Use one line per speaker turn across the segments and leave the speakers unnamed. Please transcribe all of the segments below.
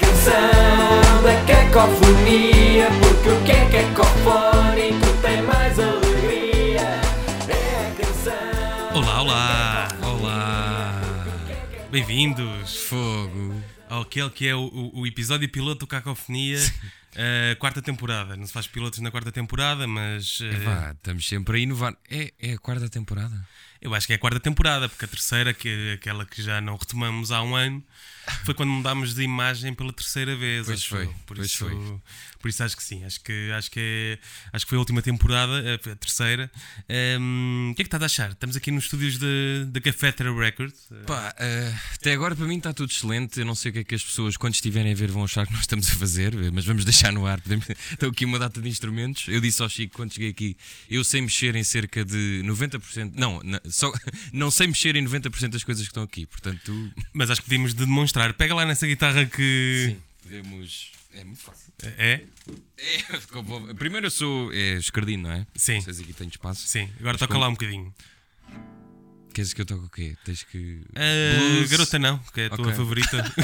canção da é cacofonia, porque o que é cacofónico tem mais alegria. É a canção.
Olá, olá! Olá! Bem-vindos
Fogo.
ao aquele que é o, o- o episódio piloto do Cacofonia, eh, quarta temporada. Não se faz pilotos na quarta temporada, mas eh,
Vá, estamos sempre a inovar. É, é a quarta temporada?
eu acho que é a quarta temporada, porque a terceira, que é aquela que já não retomamos há um ano, foi quando mudámos de imagem pela terceira vez.
Pois
acho
foi,
eu. Por
pois
isso,
foi.
Por isso acho que sim, acho que, acho que, é- acho que foi a última temporada, eh, a terceira. Ehm, o que é que estás a achar? Estamos aqui nos estúdios da- da Cafeteria Records. eh,
Pá, eh, até agora para mim está tudo excelente. Eu não sei o que é que as pessoas, quando estiverem a ver, vão achar que nós estamos a fazer, eh, mas vamos deixar no ar. Podemos... Estão aqui uma data de instrumentos. Eu disse ao Chico quando cheguei aqui, eu sei mexer em cerca de 90%. Não, na- só... não sei mexer em 90% das coisas que estão aqui. Portanto, tu.
Mas acho que podíamos de demonstrar. Pega lá nessa guitarra que.
Sim, podemos. É muito fácil.
É?
É, ficou bom. Primeiro eu sou é, escardino, não é?
Sim.
Vocês aqui têm espaço.
Sim. Agora toca lá um bocadinho.
Queres que eu toque o quê? Tens que.
Ah,
Blues.
garota não, que é a tua
Ok.
favorita.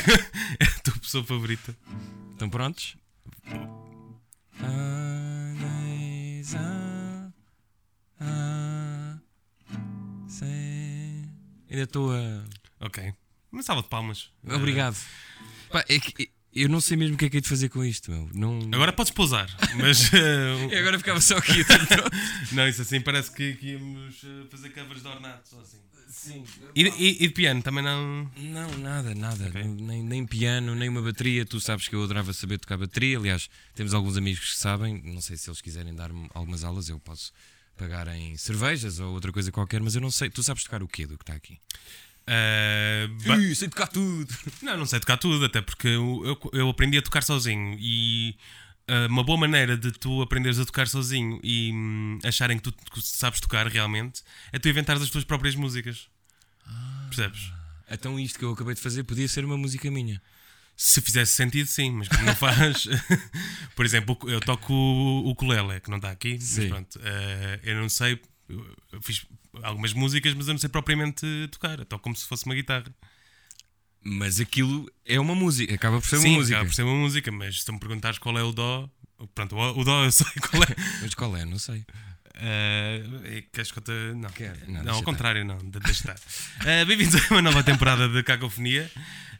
é a tua pessoa favorita.
Estão prontos? Ainda estou a.
Ok. Uma salva de palmas.
É.
Ah,
Obrigado. Pá, é que eu não sei mesmo o que é que hei de fazer com isto, meu. Não...
Ah, agora podes pousar, mas.
Eu
ah,
agora ficava só aqui. tipo, atento.
não, isso assim parece que, que íamos ah, fazer covers de ornatos ou assim.
Sim.
E, e- e de piano também não.
Não, nada, nada. Nem, nem piano, nem uma bateria. Tu sabes que eu adorava saber tocar bateria. Aliás, temos alguns amigos que sabem. Não sei se eles quiserem dar-me algumas aulas, eu posso pagar em cervejas ou outra coisa qualquer, mas eu não sei. Tu sabes tocar o quê do que está aqui?
Ah, ba-
Ih, sei tocar tudo!
Não, não sei tocar tudo, até porque eu, eu, eu aprendi a tocar sozinho e ah, uma boa maneira de tu aprenderes a tocar sozinho e hum, acharem que tu que sabes tocar realmente é tu inventares as tuas próprias músicas. Percebes?
Então isto que eu acabei de fazer podia ser uma música minha.
Se fizesse sentido, sim, mas como não faz. Por exemplo, eu toco o ukulele, que não está aqui, mas
Sim.
pronto. ah, eu não sei, eu fiz algumas músicas, mas eu não sei propriamente tocar. Eu toco como se fosse uma guitarra.
Mas aquilo é uma música, acaba por ser
sim,
uma música.
acaba por ser uma música, mas se tu me perguntares qual é o dó, pronto, o, o dó eu sei qual é.
Mas qual é? Não sei.
Eh, queres que eu te... Não,
Quero. Não,
não,
deixa
ao
estar.
contrário, não. de- Deixa estar. Eh, Bem-vindos a uma nova temporada de Cacofonia.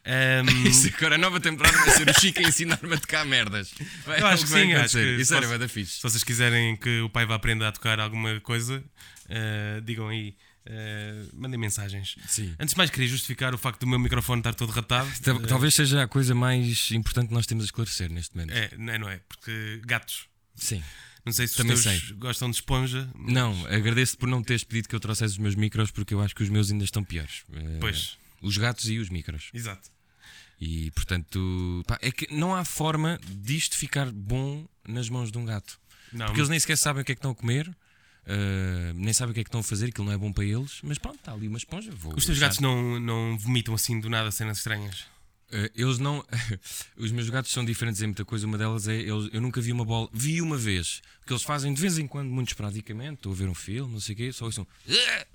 Ehm,
Isso é agora a nova temporada vai ser o Chico a ensinar-me a tocar merdas. Vai, é
Eu acho que
vai
sim, acho
acontecer.
que
Isso era
posso-
bada fixe.
se vocês quiserem que o pai vá aprender a tocar alguma coisa, eh, digam aí, eh, mandem mensagens.
Sim. Tá
Antes de mais, queria justificar o facto do meu microfone estar todo ratado.
Tal- Então, Talvez seja a coisa mais importante que nós temos a esclarecer neste momento.
Eh, é, não é, não é? Porque gatos.
Sim.
Não sei se os
Também
teus
sei.
gostam de esponja.
Não, agradeço por não teres pedido que eu trouxesse os meus micros, porque eu acho que os meus ainda estão piores. Eh,
Pois,
Os gatos e os micros.
exato.
E portanto, pá, é que não há forma disto ficar bom nas mãos de um gato.
Não,
Porque eles nem sequer sabem o que é que estão a comer, eh, nem sabem o que é que estão a fazer, aquilo não é bom para eles. Mas pronto, está ali uma esponja. Vou
Os teus
deixar.
gatos não, não vomitam assim do nada cenas estranhas.
Eh, eles não. Os meus gatos são diferentes em muita coisa. Uma delas é. eles- eu nunca vi uma bola. Vi uma vez. Porque eles fazem de vez em quando, muito esporadicamente. Estou a ver um filme, não sei o quê. Só ouçam. "Ah!"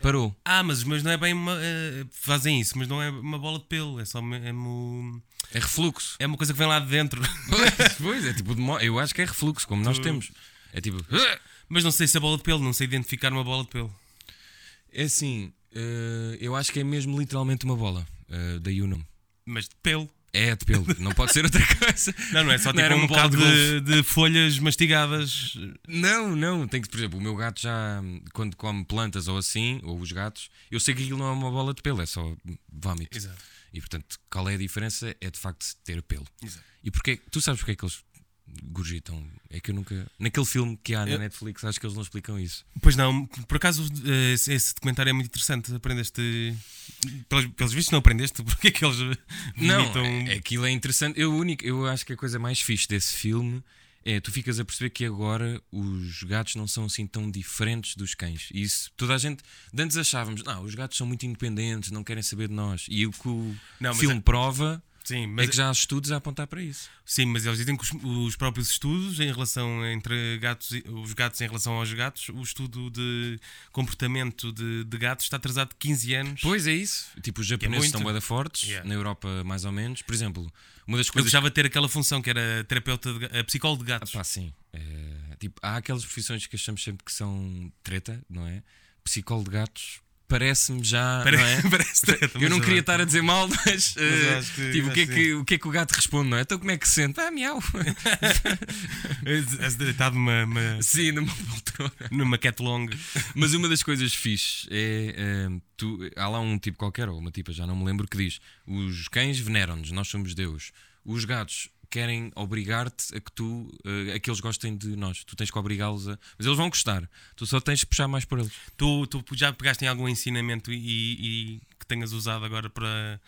Parou.
Ah, mas os meus não é bem uma. eh, fazem isso, mas não é uma bola de pelo. É só uma, é uma,
É refluxo.
é uma coisa que vem lá de dentro.
pois, pois, é tipo. demo- Eu acho que é refluxo, como
Hum.
nós temos. É tipo. "Ah!"
Mas não sei se é bola de pelo, não sei identificar uma bola de pelo.
É assim. eh, eu acho que é mesmo literalmente uma bola. eh, daí o nome.
Mas de pelo.
É de pelo. Não pode ser outra coisa.
Não, não é só
Não,
tipo
era
um
uma bola
bocado
de
de, de folhas mastigadas.
Não, não, tem que, por exemplo, o meu gato já, hum, quando come plantas ou assim, ou os gatos, eu sei que aquilo não é uma bola de pelo, é só hum, vómito.
Exato.
E portanto, qual é a diferença? É de facto ter pelo.
Exato.
E porquê? Tu sabes porque é que eles gorjitam? É que eu nunca. Naquele filme que há na
Eu-
Netflix, acho que eles não explicam isso.
Pois não, por acaso eh, esse esse documentário é muito interessante. Aprendeste. Pelos, pelos vistos, não aprendeste porque é que eles vomitam.
Não, é- aquilo é interessante. Eu, único, eu acho que a coisa mais fixe desse filme é tu ficas a perceber que agora os gatos não são assim tão diferentes dos cães. E isso, toda a gente, de antes achávamos, não, os gatos são muito independentes, não querem saber de nós. E o que o
Não, mas
filme
é-
prova
Sim, mas,
É que já há estudos a apontar para isso.
sim, mas eles dizem que os, os próprios estudos em relação entre gatos, e- os gatos em relação aos gatos, o estudo de comportamento de, de gatos está atrasado de 15 anos.
Pois é isso. Tipo, os
muito.
japoneses estão bué da fortes,
Yeah.
na Europa mais ou menos. Por exemplo, uma das
Eu
coisas...
gostava de ter aquela função que era terapeuta, de, ga- eh, psicólogo de gatos.
Ah, Pá, sim. Eh, tipo, há aquelas profissões que achamos sempre que são treta, não é? Psicólogo de gatos parece-me já.
Pare-
não é?
parece treta,
Eu não
mas é.
queria estar a dizer mal, mas. eh,
eu acho que-
tipo, o que, é
acho
que, o que é que o gato responde, não é? Então como é que se sente? Ah, miau.
Has deitado numa, numa,
sim, numa poltrona.
numa cat long.
Mas uma das coisas fixe é. eh, tu, há lá um tipo qualquer, ou uma tipa, já não me lembro, que diz: os cães veneram-nos, nós somos Deus. Os gatos querem obrigar-te a que tu. eh, a que eles gostem de nós. Tu tens que obrigá-los a. Mas eles vão gostar. Tu só tens de puxar mais por eles.
Tu, tu já pegaste em algum ensinamento e, e que tenhas usado agora para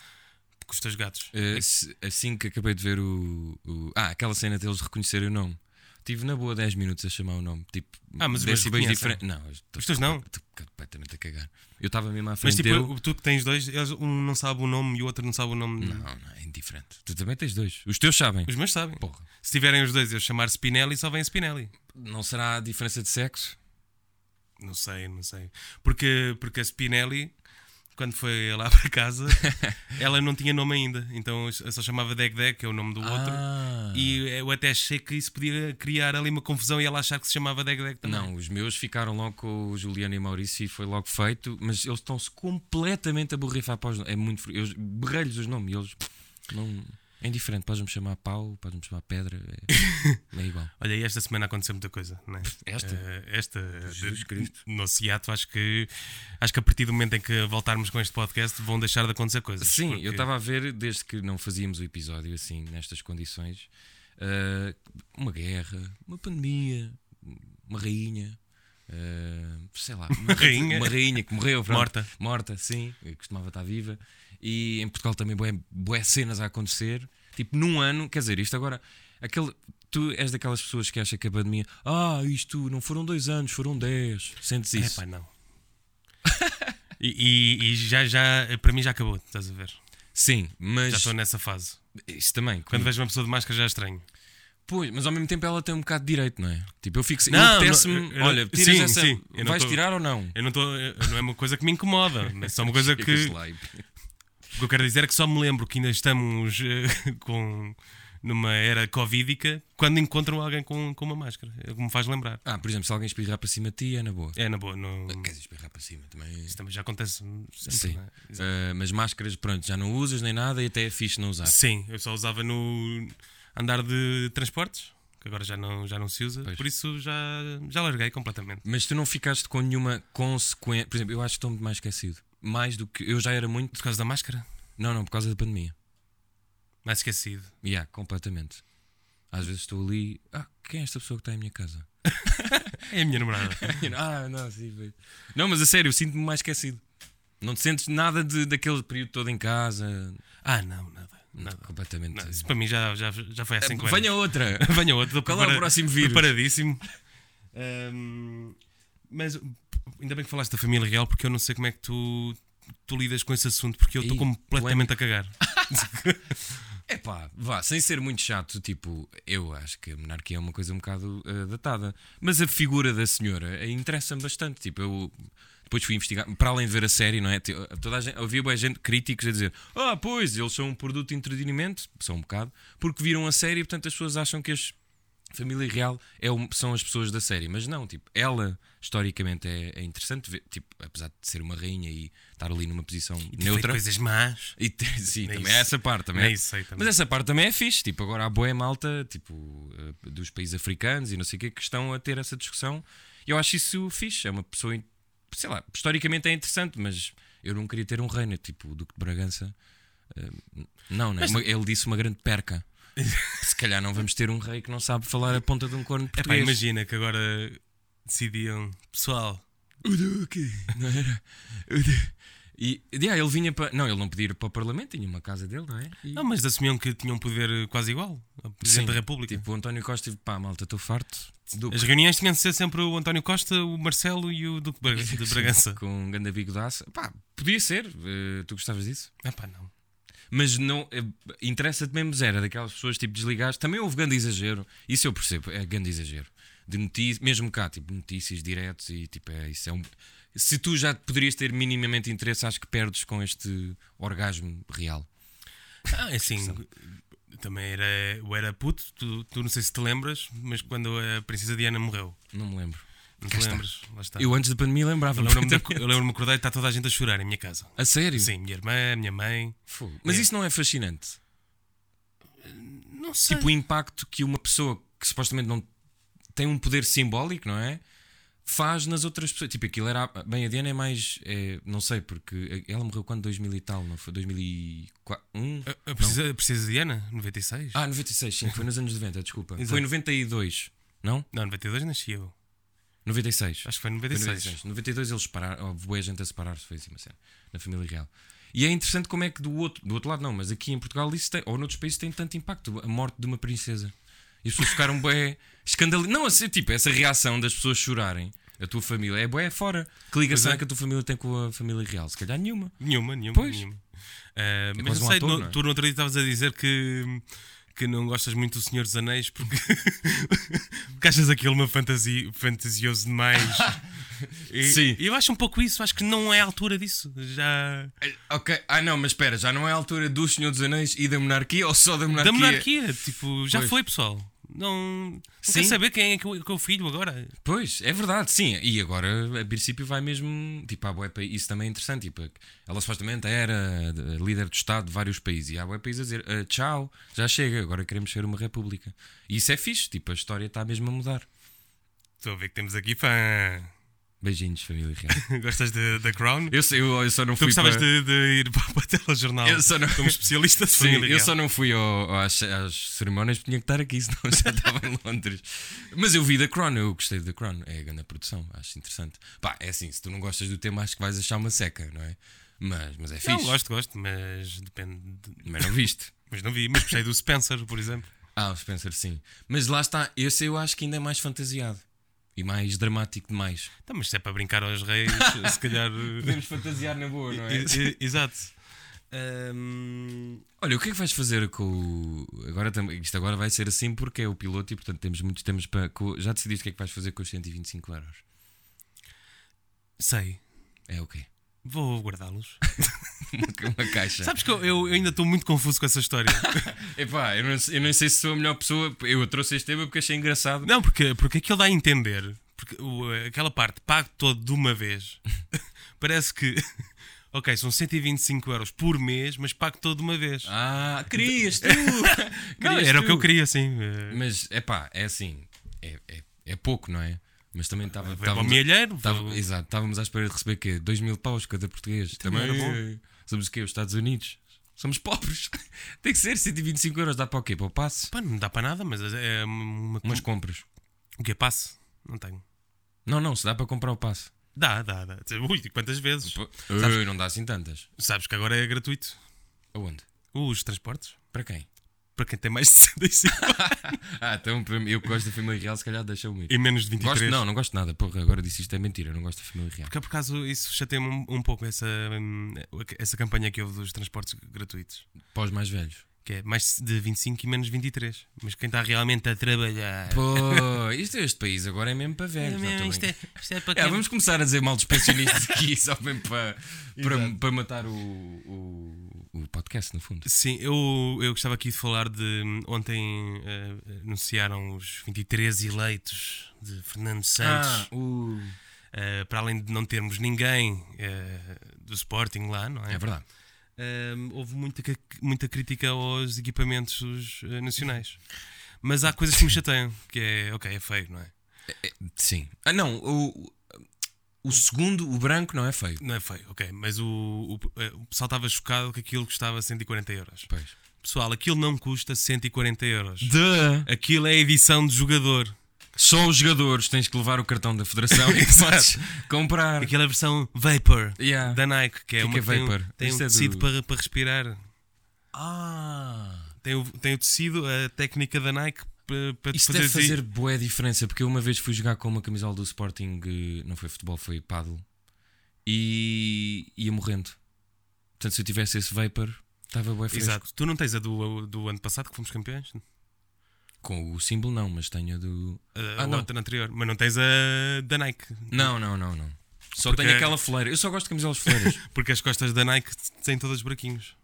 com os teus gatos?
Eh, se- assim que acabei de ver o, o- Ah, aquela cena deles reconhecerem o nome. Tive na boa 10 minutos a chamar o nome. Tipo,
Ah, mas os meus
decibéis
reconhecem.
diferentes. Não, eu tô-
Os teus não?
Estou completamente a cagar. Eu estava mesmo à
Mas
frente
tipo,
dele.
eu- tu que tens dois, eles, um não sabe o nome e o outro não sabe o nome.
Não, não, é indiferente. Tu também tens dois. Os teus sabem.
Os meus sabem.
Porra.
Se tiverem os dois, eu chamar Spinelli, só vem Spinelli.
Não será a diferença de sexo?
Não sei, não sei. Porque, porque a Spinelli, quando foi lá para casa, ela não tinha nome ainda. Então eu só chamava Deg Deg, que é o nome do outro.
Ah.
E eu até achei que isso podia criar ali uma confusão e ela achar que se chamava Deg Deg também.
Não, os meus ficaram logo com o Juliano e Maurício e foi logo feito, mas eles estão-se completamente a borrifar para os nomes. É muito. fr- Eu berrei-lhes os nomes e eles. Não, é indiferente, podes-me chamar pau, podes-me chamar pedra, é, é igual.
Olha, e esta semana aconteceu muita coisa, não é?
Esta?
Eh, esta. de- No Seato, acho que, acho que a partir do momento em que voltarmos com este podcast vão deixar de acontecer coisas.
Sim,
porque-
eu estava a ver, desde que não fazíamos o episódio assim, nestas condições, ah, uma guerra, uma pandemia, uma rainha. ah, sei lá, uma
rainha?
uma rainha que morreu, pronto.
Morta.
morta, sim, eu costumava estar viva. E em Portugal também bué, bué cenas a acontecer. Tipo, num ano, quer dizer, isto agora, aquele, tu és daquelas pessoas que acha que a pandemia, ah, isto não foram dois anos, foram dez. Sentes
É
isso?
pá, não. e, e- e já, já, para mim já acabou, estás a ver?
Sim,
Já
mas Hum.
estou nessa fase.
isso também.
Quando vejo uma pessoa de máscara já é estranho.
Pois, mas ao mesmo tempo ela tem um bocado de direito, não é? Tipo, eu fico eu
Não,
apetece-me,
não, eu- eu-
olha, tiras
sim,
essa,
sim, eu não
vais
tô-
tirar ou não?
Eu não estou. eu- Não é uma coisa que me incomoda, mas só uma coisa que.
Chegas lá e-
O que eu quero dizer é que só me lembro que ainda estamos eh, com. Numa era covidica, quando encontram alguém com, com uma máscara. É o que me faz lembrar.
Ah, por exemplo, se alguém espirrar para cima de ti, é na boa.
É, na boa. Não...
Quer dizer, espirrar para cima também.
Isso também já acontece sempre,
Sim.
não é?
Ah, mas máscaras, pronto, já não usas nem nada e até é fixe não usar.
Sim, eu só usava no andar de transportes, que agora já não, já não se usa,
Pois.
por isso já, já larguei completamente.
Mas tu não ficaste com nenhuma consequência. Por exemplo, eu acho que estou muito mais esquecido. Mais do que. Eu já era muito.
Por causa da máscara?
Não, não, por causa da pandemia.
Mais esquecido.
Yeah, completamente. Às vezes estou ali. Ah, quem é esta pessoa que está em minha casa?
É a minha namorada.
ah, não, sim, foi. Não, mas a sério, eu sinto-me mais esquecido. Não te sentes nada de, daquele período todo em casa.
ah, não, nada. nada.
Completamente.
Não, isso para mim já, já, já foi há 5 anos.
É, Venha outra!
Venha outro. estou
Qual é o próximo vírus?
Preparadíssimo. Ahm, mas ainda bem que falaste da família real, porque eu não sei como é que tu, tu lidas com esse assunto, porque eu estou
Ih,
completamente a cagar.
Ah, É pá, vá, sem ser muito chato, tipo, eu acho que a monarquia é uma coisa um bocado eh, datada. Mas a figura da senhora eh, interessa-me bastante. Tipo, eu depois fui investigar, para além de ver a série, não é? Ti- Toda a gente, havia boa gente críticos a dizer: Ah, pois, eles são um produto de entretenimento, são um bocado, porque viram a série e portanto as pessoas acham que as. Família Real é um- são as pessoas da série, mas não, tipo, ela historicamente é, é interessante, ver, tipo, apesar de ser uma rainha e estar ali numa posição
Feito
neutra.
coisas más.
E tem- sim,
Nem
também
isso.
é essa parte também.
Nem isso sei também.
Mas essa parte também é fixe. Tipo, agora há boa malta, tipo, eh, dos países africanos e não sei o quê, que estão a ter essa discussão. E Eu acho isso fixe. É uma pessoa, in- sei lá, historicamente é interessante, mas eu não queria ter um reino, tipo, o Duque de Bragança. Eh, Não, não é? Uma- Ele disse uma grande perca. Se calhar não vamos ter um rei que não sabe falar a ponta de um corno
Epá,
português.
imagina que agora decidiam, pessoal,
O Duque, não era? O Duque. E, yeah, ele vinha para. Não, ele não podia ir para o Parlamento, tinha uma casa dele, não é? E-
Não, mas assumiam que tinham um poder quase igual ao Presidente
Sim,
da República.
Tipo, o António Costa, tipo, pá, malta, estou farto. Do
As reuniões tinham de ser sempre o António Costa, o Marcelo e o Duque Bra- de Bragança.
Com um ganda bigodaço. Pá, podia ser. eh, tu gostavas disso?
Ah pá, não.
Mas não eh, interessa-te mesmo zero, é daquelas pessoas tipo desligadas. Também houve grande exagero, isso eu percebo, é grande exagero. De notícias, mesmo cá, tipo notícias diretos e tipo, é isso. É um... Se tu já poderias ter minimamente interesse, acho que perdes com este orgasmo real.
Ah, é assim. Também era, eu era puto, tu, tu não sei se te lembras, mas quando a princesa Diana morreu,
Não me lembro.
não
Cá
te
está.
lembras? Lá está.
Eu antes da pandemia lembrava.
Eu Tá. lembro-me de, eu lembro-me de acordar e está toda a gente a chorar em minha casa.
A sério?
Sim, minha irmã, minha mãe.
Fogo. Mas
É.
isso não é fascinante?
Não sei.
Tipo, o impacto que uma pessoa que supostamente não tem um poder simbólico, não é? Faz nas outras pessoas. Tipo, aquilo era. Bem, a Diana é mais. é, não sei, porque ela morreu quando? 2000 e tal, não foi? 2001?
a, a princesa, a princesa Diana, 96?
Ah, 96, sim, foi nos anos 90, desculpa.
Exato.
Foi em 92, não?
Não, 92 nasci eu.
96.
Acho que foi 96.
96. 92 eles separaram, houve boa gente a separar-se, foi assim uma cena, na família real. E é interessante como é que do outro, do outro lado não, mas aqui em Portugal isso tem, ou noutros países tem tanto impacto, a morte de uma princesa. E as pessoas ficaram bué escandalizadas. Não, assim, tipo, essa reação das pessoas chorarem, a tua família, é bué fora. Que ligação
Pois é.
é. que a tua família tem com a família real? Se calhar nenhuma.
Nenhuma, nenhuma.
Pois.
nenhuma. Ah, mas
quase
não
um
sei,
ator,
no-
não é?
tu no outro dia estavas a dizer que, que não gostas muito do Senhor dos Anéis porque, porque achas aquilo uma fantasia, fantasioso demais. E-
Sim.
e Eu acho um pouco isso, acho que não é a altura disso. Já.
Ok, ah não, mas espera, já não é a altura do Senhor dos Anéis e da monarquia ou só da monarquia?
Da monarquia, tipo, já
é- Pois.
foi, pessoal. Não, não
Sim.
quer saber quem é que eu- que é o filho agora.
Pois, é verdade, sim. E agora, a princípio, vai mesmo. Tipo, há bué pa- isso também é interessante. Tipo, ela supostamente era de- líder do Estado de vários países. E há bué países a dizer: "Ah, tchau, já chega, agora queremos ser uma república. E isso é fixe. Tipo, a história está mesmo a mudar.
Estou a ver que temos aqui fã.
Beijinhos, família real.
Gostas de- da Crown?
Eu, sei- eu, eu só não
tu
fui.
gostavas
para-
de, de ir para, para o telejornal
Eu só não-
como especialista de
Sim,
família
eu
real.
só não fui ao- às, às cerimónias porque tinha que estar aqui, senão já estava em Londres. Mas eu vi da Crown, eu gostei da Crown. É a grande produção, acho interessante. Pá, é assim, se tu não gostas do tema, acho que vais achar uma seca, não é? Mas, mas é fixe.
Não, gosto, gosto, mas depende. de-
Mas não viste.
Mas não vi, mas gostei do Spencer, por exemplo.
Ah, o Spencer sim. Mas lá está, esse eu acho que ainda é mais fantasiado. E mais dramático demais.
Então, mas se é para brincar aos reis, se calhar. eh,
fantasiar na boa, não é?
e- e- Exato. Ahm,
Olha, o que é que vais fazer com o. Agora, tam- isto agora vai ser assim porque é o piloto e portanto temos muitos temas para. co- Já decidiste o que é que vais fazer com os 125 euros?
sei,
É o quê?
vou guardá-los.
Uma, uma caixa.
Sabes que eu, eu ainda estou muito confuso com essa história.
Epá, eu não, eu não sei se sou a melhor pessoa. Eu trouxe este tema porque achei engraçado.
Não, porque, porque aquilo dá a entender. Porque o- aquela parte, pago todo de uma vez, parece que. Ok, são 125 euros por mês, mas pago todo de uma vez.
Ah, querias tu!
Não,
Querias
era o
tu.
que eu queria, sim. eh,
Mas epá, é assim. É, é, é pouco, não é? Mas também estava.
Vai para o
estávamos-
milheiro,
Tava-
vou-
exato, estávamos à espera de receber quê? 2 mil paus cada português.
Também
Também,
era
eh, somos o quê? Os Estados Unidos. Somos pobres. Tem que ser 125 euros. Dá para o quê? Para o passe?
Pá, não dá para nada, mas é uma.
Umas compras.
O que é passe? Não tenho.
Não, não, se dá para comprar o passe.
Dá, dá, dá. Ui, quantas vezes?
Ei, não dá assim tantas.
Sabes que agora é gratuito. Uh,
Aonde?
Os transportes?
Para quem?
Para quem tem mais de 65
Ah, então para mim- eu que gosto da família real, se calhar deixa-me ir.
e menos de
Gosto,
23.
não, não gosto de nada. Porra, agora disse isto é mentira. Eu não gosto da família real.
Porque por acaso isso chateia-me um, um pouco, essa, hum, essa campanha que houve dos transportes gratuitos.
Para os mais velhos.
Que é mais de 25 e menos 23. Mas quem está realmente a trabalhar.
Pô, isto, este país agora é mesmo para velhos. não, tô
isto
bem.
é, isto é para
É,
quem-
vamos começar a dizer mal dos pensionistas aqui, só mesmo para, para, para matar o, o, o podcast, no fundo.
Sim, eu, eu gostava aqui de falar de. hum, Ontem eh, anunciaram os 23 eleitos de Fernando Santos.
Ah, o...
Uh, para além de não termos ninguém uh, do Sporting lá, não é?
É verdade.
Um, houve muita, cri- muita crítica aos equipamentos uh, nacionais. Mas há coisas que me chateiam, que é, ok, é feio, não é?
Sim. Ah, não, o, o segundo, o branco, não é feio.
Não é feio, ok, mas o, o- eh, o pessoal estava chocado que aquilo custava 140 euros.
Pois.
Pessoal, aquilo não custa 140 euros.
De...
Aquilo é a edição de jogador.
Só os jogadores tens que levar o cartão da federação e podes comprar.
Aquela é a versão Vapor
Yeah.
da Nike, que é
Que
uma
que é
que tem um-
Vapor?
tem um
Isto é do-
tecido para, para respirar.
Ah...
Tem o, tem o tecido, a técnica da Nike pa- para te
Isto
fazer,
deve fazer
assim.
boa diferença, porque eu uma vez fui jogar com uma camisola do Sporting, eh, não foi futebol, foi paddle, e ia morrendo. Portanto, se eu tivesse esse vapor, Estava bem fresco.
Exato. Tu não tens a do, do ano passado que fomos campeões?
Com o símbolo não, mas tenho a do...
A,
Ah,
a
não.
outra anterior. Mas não tens a da Nike.
Não, não, não, não. Só
Porque-
tenho aquela fleira. Eu só gosto de camisolas fleiras.
Porque as costas da Nike têm todas buraquinhos.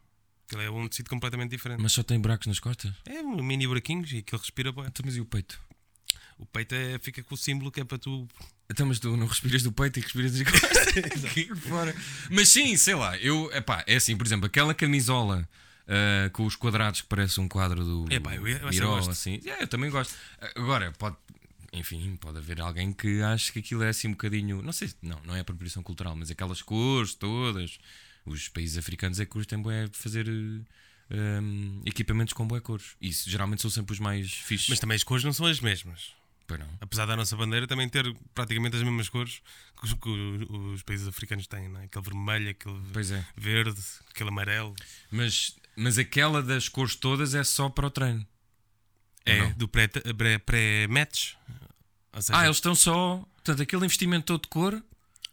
Aquilo é um tecido completamente diferente.
mas só tem buracos nas costas?
É um mini buraquinhos e aquilo respira bem.
Então, mas e o peito?
O peito é- fica com o símbolo que é para tu.
Então, mas tu não respiras do peito e respiras das costas. Que fora. Mas sim, sei lá, eu, epá, é assim, por exemplo, aquela camisola ah, com os quadrados que parece um quadro do
Epá, eu- essa eu
Miró,
gosto.
assim. É, eu também gosto. Agora, pode, enfim, pode haver alguém que ache que aquilo é assim um bocadinho, não sei, não, não é apropriação cultural, mas aquelas cores todas, os países africanos é que curtem bué fazer ah, ah, equipamentos com bué cores. Isso geralmente são sempre os mais fixes.
Mas também as cores não são as mesmas.
Pois não.
Apesar da nossa bandeira também ter praticamente as mesmas cores que os, que o- os países africanos têm, não é? Aquele vermelho, aquele
Pois é.
verde, aquele amarelo.
Mas, mas aquela das cores todas é só para o treino. Ou
É
não?
do pré- pré- pré-match. Ou seja,
Ah, eles estão só. Portanto, aquele investimento todo de cor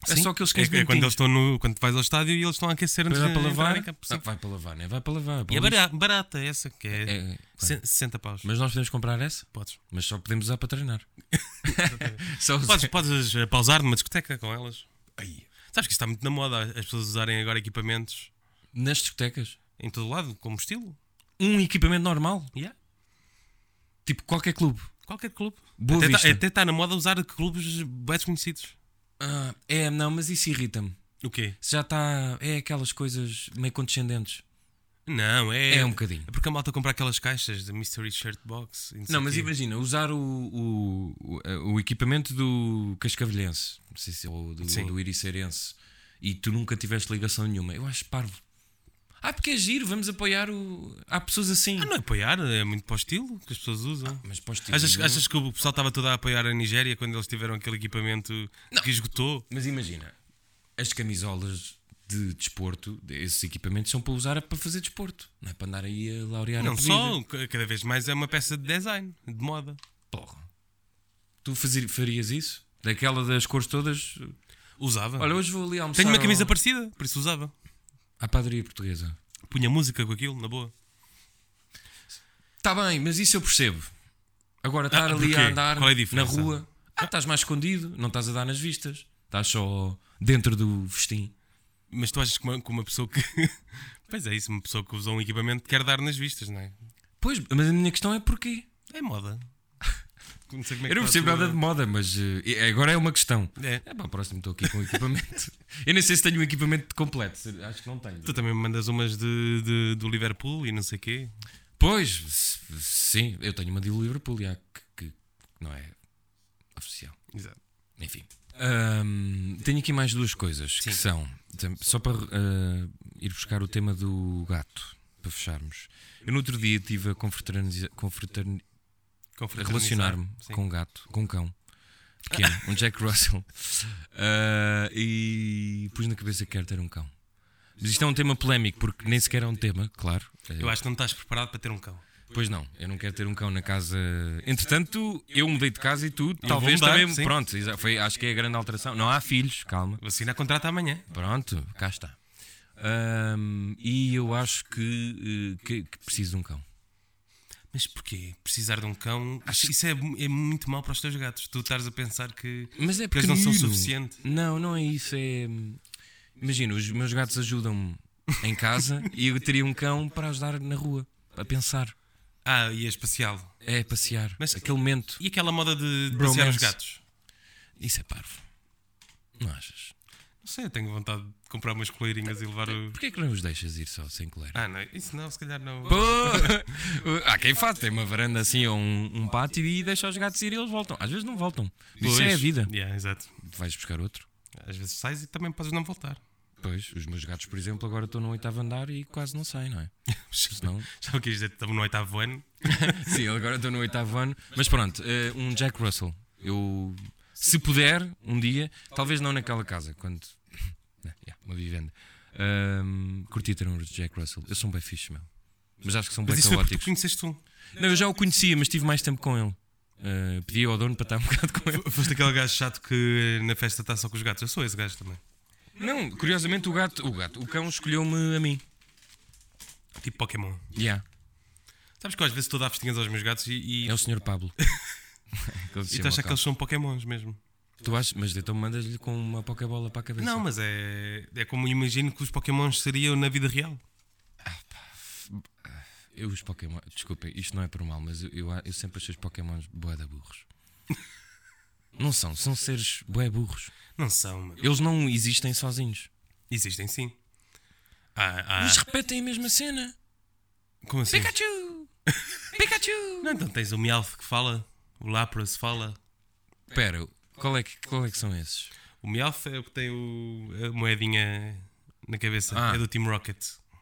é
sim.
só aqueles
é,
15
é quando eles
minutinhos.
estão no. Quando vais ao estádio e eles estão a aquecer antes de
Depois vai para
entrar
lavar.
em campo.
Ah, vai para lavar, né? Vai para lavar.
E
para
é
o
barata, barata essa, que
lixo.
é,
É, é,
se- 60 paus.
Mas nós podemos comprar essa,
Podes.
mas só podemos usar para treinar. só
Podes, podes eh, pausar numa discoteca com elas.
é- Ai.
Sabes que isso está muito na moda, as pessoas usarem agora equipamentos
Nas discotecas.
em todo lado, como estilo.
Um equipamento normal,
Yeah.
tipo qualquer clube.
Qualquer clube.
Boa
até
vista.
está na moda usar clubes bem desconhecidos.
Ah, é, não, mas isso irrita-me.
O quê?
Isso Já está. É aquelas coisas meio condescendentes.
Não, é.
É um bocadinho.
É porque a malta compra aquelas caixas de Mystery Shirt Box. e sei
Não, mas
quê.
imagina, usar o, o, o- o equipamento do Cascavelhense, não sei se, ou do,
Sim.
do Iriceirense, e tu nunca tiveste ligação nenhuma, eu acho parvo. Ah, porque é giro, vamos apoiar o. Há pessoas assim.
Ah, não é apoiar, é muito para o estilo que as pessoas usam.
Ah, Mas para os tios,
Achas,
não.
achas que o pessoal estava todo a apoiar a Nigéria quando eles tiveram aquele equipamento que esgotou?
Mas imagina, as camisolas de desporto, esses equipamentos são para usar para fazer desporto, não é para andar aí a laurear a
Não
corrida.
só, ca- cada vez mais é uma peça de design, de moda.
Porra. Tu fazer- farias isso? Daquela das cores todas?
Usava.
Olha, hoje vou ali almoçar.
Tenho uma camisa
ao...
parecida, por isso usava.
à padaria portuguesa.
Punha música com aquilo, na boa.
Está Tá bem, mas isso eu percebo. Agora estar
Ah,
ali
porquê?
a andar
Qual é a
na
diferença?
rua, ah, estás mais escondido, não estás a dar nas vistas, estás só dentro do vestim.
Mas tu achas que uma, que uma pessoa que. pois é, isso, uma pessoa que usa um equipamento quer dar nas vistas, não é?
Pois, mas a minha questão é porquê?
É moda. Não sei como é
Eu
que
não
está a
percebo
tua-
nada de moda, mas eh, agora é uma questão.
É.
É pá, próximo estou aqui com o equipamento. eu nem sei se tenho um equipamento completo, se- acho que não tenho.
Tu também me mandas umas de, de- do Liverpool e não sei quê.
Pois, s- sim, eu tenho uma de Liverpool, já, que, que não é oficial.
Exato.
Enfim. Ahm, tenho aqui mais duas coisas que são tam- só para ah, ir buscar o tema do gato para fecharmos. Eu no outro dia tive a confraternizar, a relacionar-me
Sim.
com um gato, com um cão pequeno, um Jack Russell, Ah, e pus na cabeça que quero ter um cão. Mas isto é um tema polémico porque nem sequer é um tema, claro. Eh,
Eu acho que não estás preparado para ter um cão.
Pois não, eu não quero ter um cão na casa. Entretanto, eu mudei de casa e tu
Eu
talvez
vou mudar,
também.
sim.
Pronto, exa- foi, acho que é a grande alteração. Não há filhos, calma.
Vacina contrata amanhã.
Pronto, cá está. Ahm, e eu acho que, eh, que, que preciso de um cão.
Mas porquê? Precisar de um cão? Isso é, é muito mau para os teus gatos. Tu estás a pensar que.
Mas é
Porque
porque
eles não são suficiente.
Não, não é isso. É... Imagina, os meus gatos ajudam-me em casa e eu teria um cão para ajudar na rua, a pensar,
Ah, e é espacial.
é passear,
Mas-
aquele momento.
E aquela moda de de passear os
Bromance.
gatos?
Isso é parvo. Não achas?
Não sei, eu tenho vontade de comprar umas coleirinhas e levar o.
Porquê que não os deixas ir só sem colher?
Ah, não, isso não, se calhar não.
Pô! Há quem faz, tem uma varanda assim ou um, um pátio e deixa os gatos ir e eles voltam. Às vezes não voltam. Isso é a
Pois.
vida.
Yeah, exato.
Vais buscar outro.
Às vezes sais e também podes não voltar.
Pois, os meus gatos, por exemplo, agora estão no oitavo andar e quase não saem, não é? Senão...
Já o quis dizer, estamos no oitavo ano.
Sim, agora estou no oitavo ano. Mas pronto, eh, um Jack Russell. Eu, se puder, um dia, talvez não naquela casa, quando. Né, yeah, uma vivenda. Ahm, curti ter um Jack Russell. Eu sou um bem fixe, meu. Mas acho que são bem
Mas isso foi porque tu
caóticos.
conheceste um.
Não, eu já o conhecia, mas tive mais tempo com ele. Ah, pedi ao dono para estar um bocado com ele.
Foste aquele gajo chato que na festa está só com os gatos. Eu sou esse gajo também.
Não, curiosamente o gato, o gato, o cão escolheu-me a mim.
Tipo Pokémon.
Yeah.
Sabes que eu às vezes estou a dar festinhas aos meus gatos e, e,
É o Sr. Pablo. Como se
e tu
chama
achas
o
que
cão.
eles são Pokémons mesmo.
Tu achas? Mas então mandas-lhe com uma Pokébola para a cabeça.
Não, mas é, é como eu imagino que os Pokémons seriam na vida real.
Eu os Pokémon. Desculpem, isto não é por mal, mas eu, eu, eu sempre achei os Pokémons boeda burros. não são, são seres boé burros.
Não são, meu.
Eles não existem sozinhos.
Existem sim. Ah, ah,
Eles repetem a mesma cena.
como assim?
Pikachu! Pikachu!
Não, então tens o Meowth que fala, o Lapras fala.
Espera, qual é, que, qual é que são esses?
O Meowth é o que tem o, a moedinha na cabeça,
Ah.
é do Team Rocket.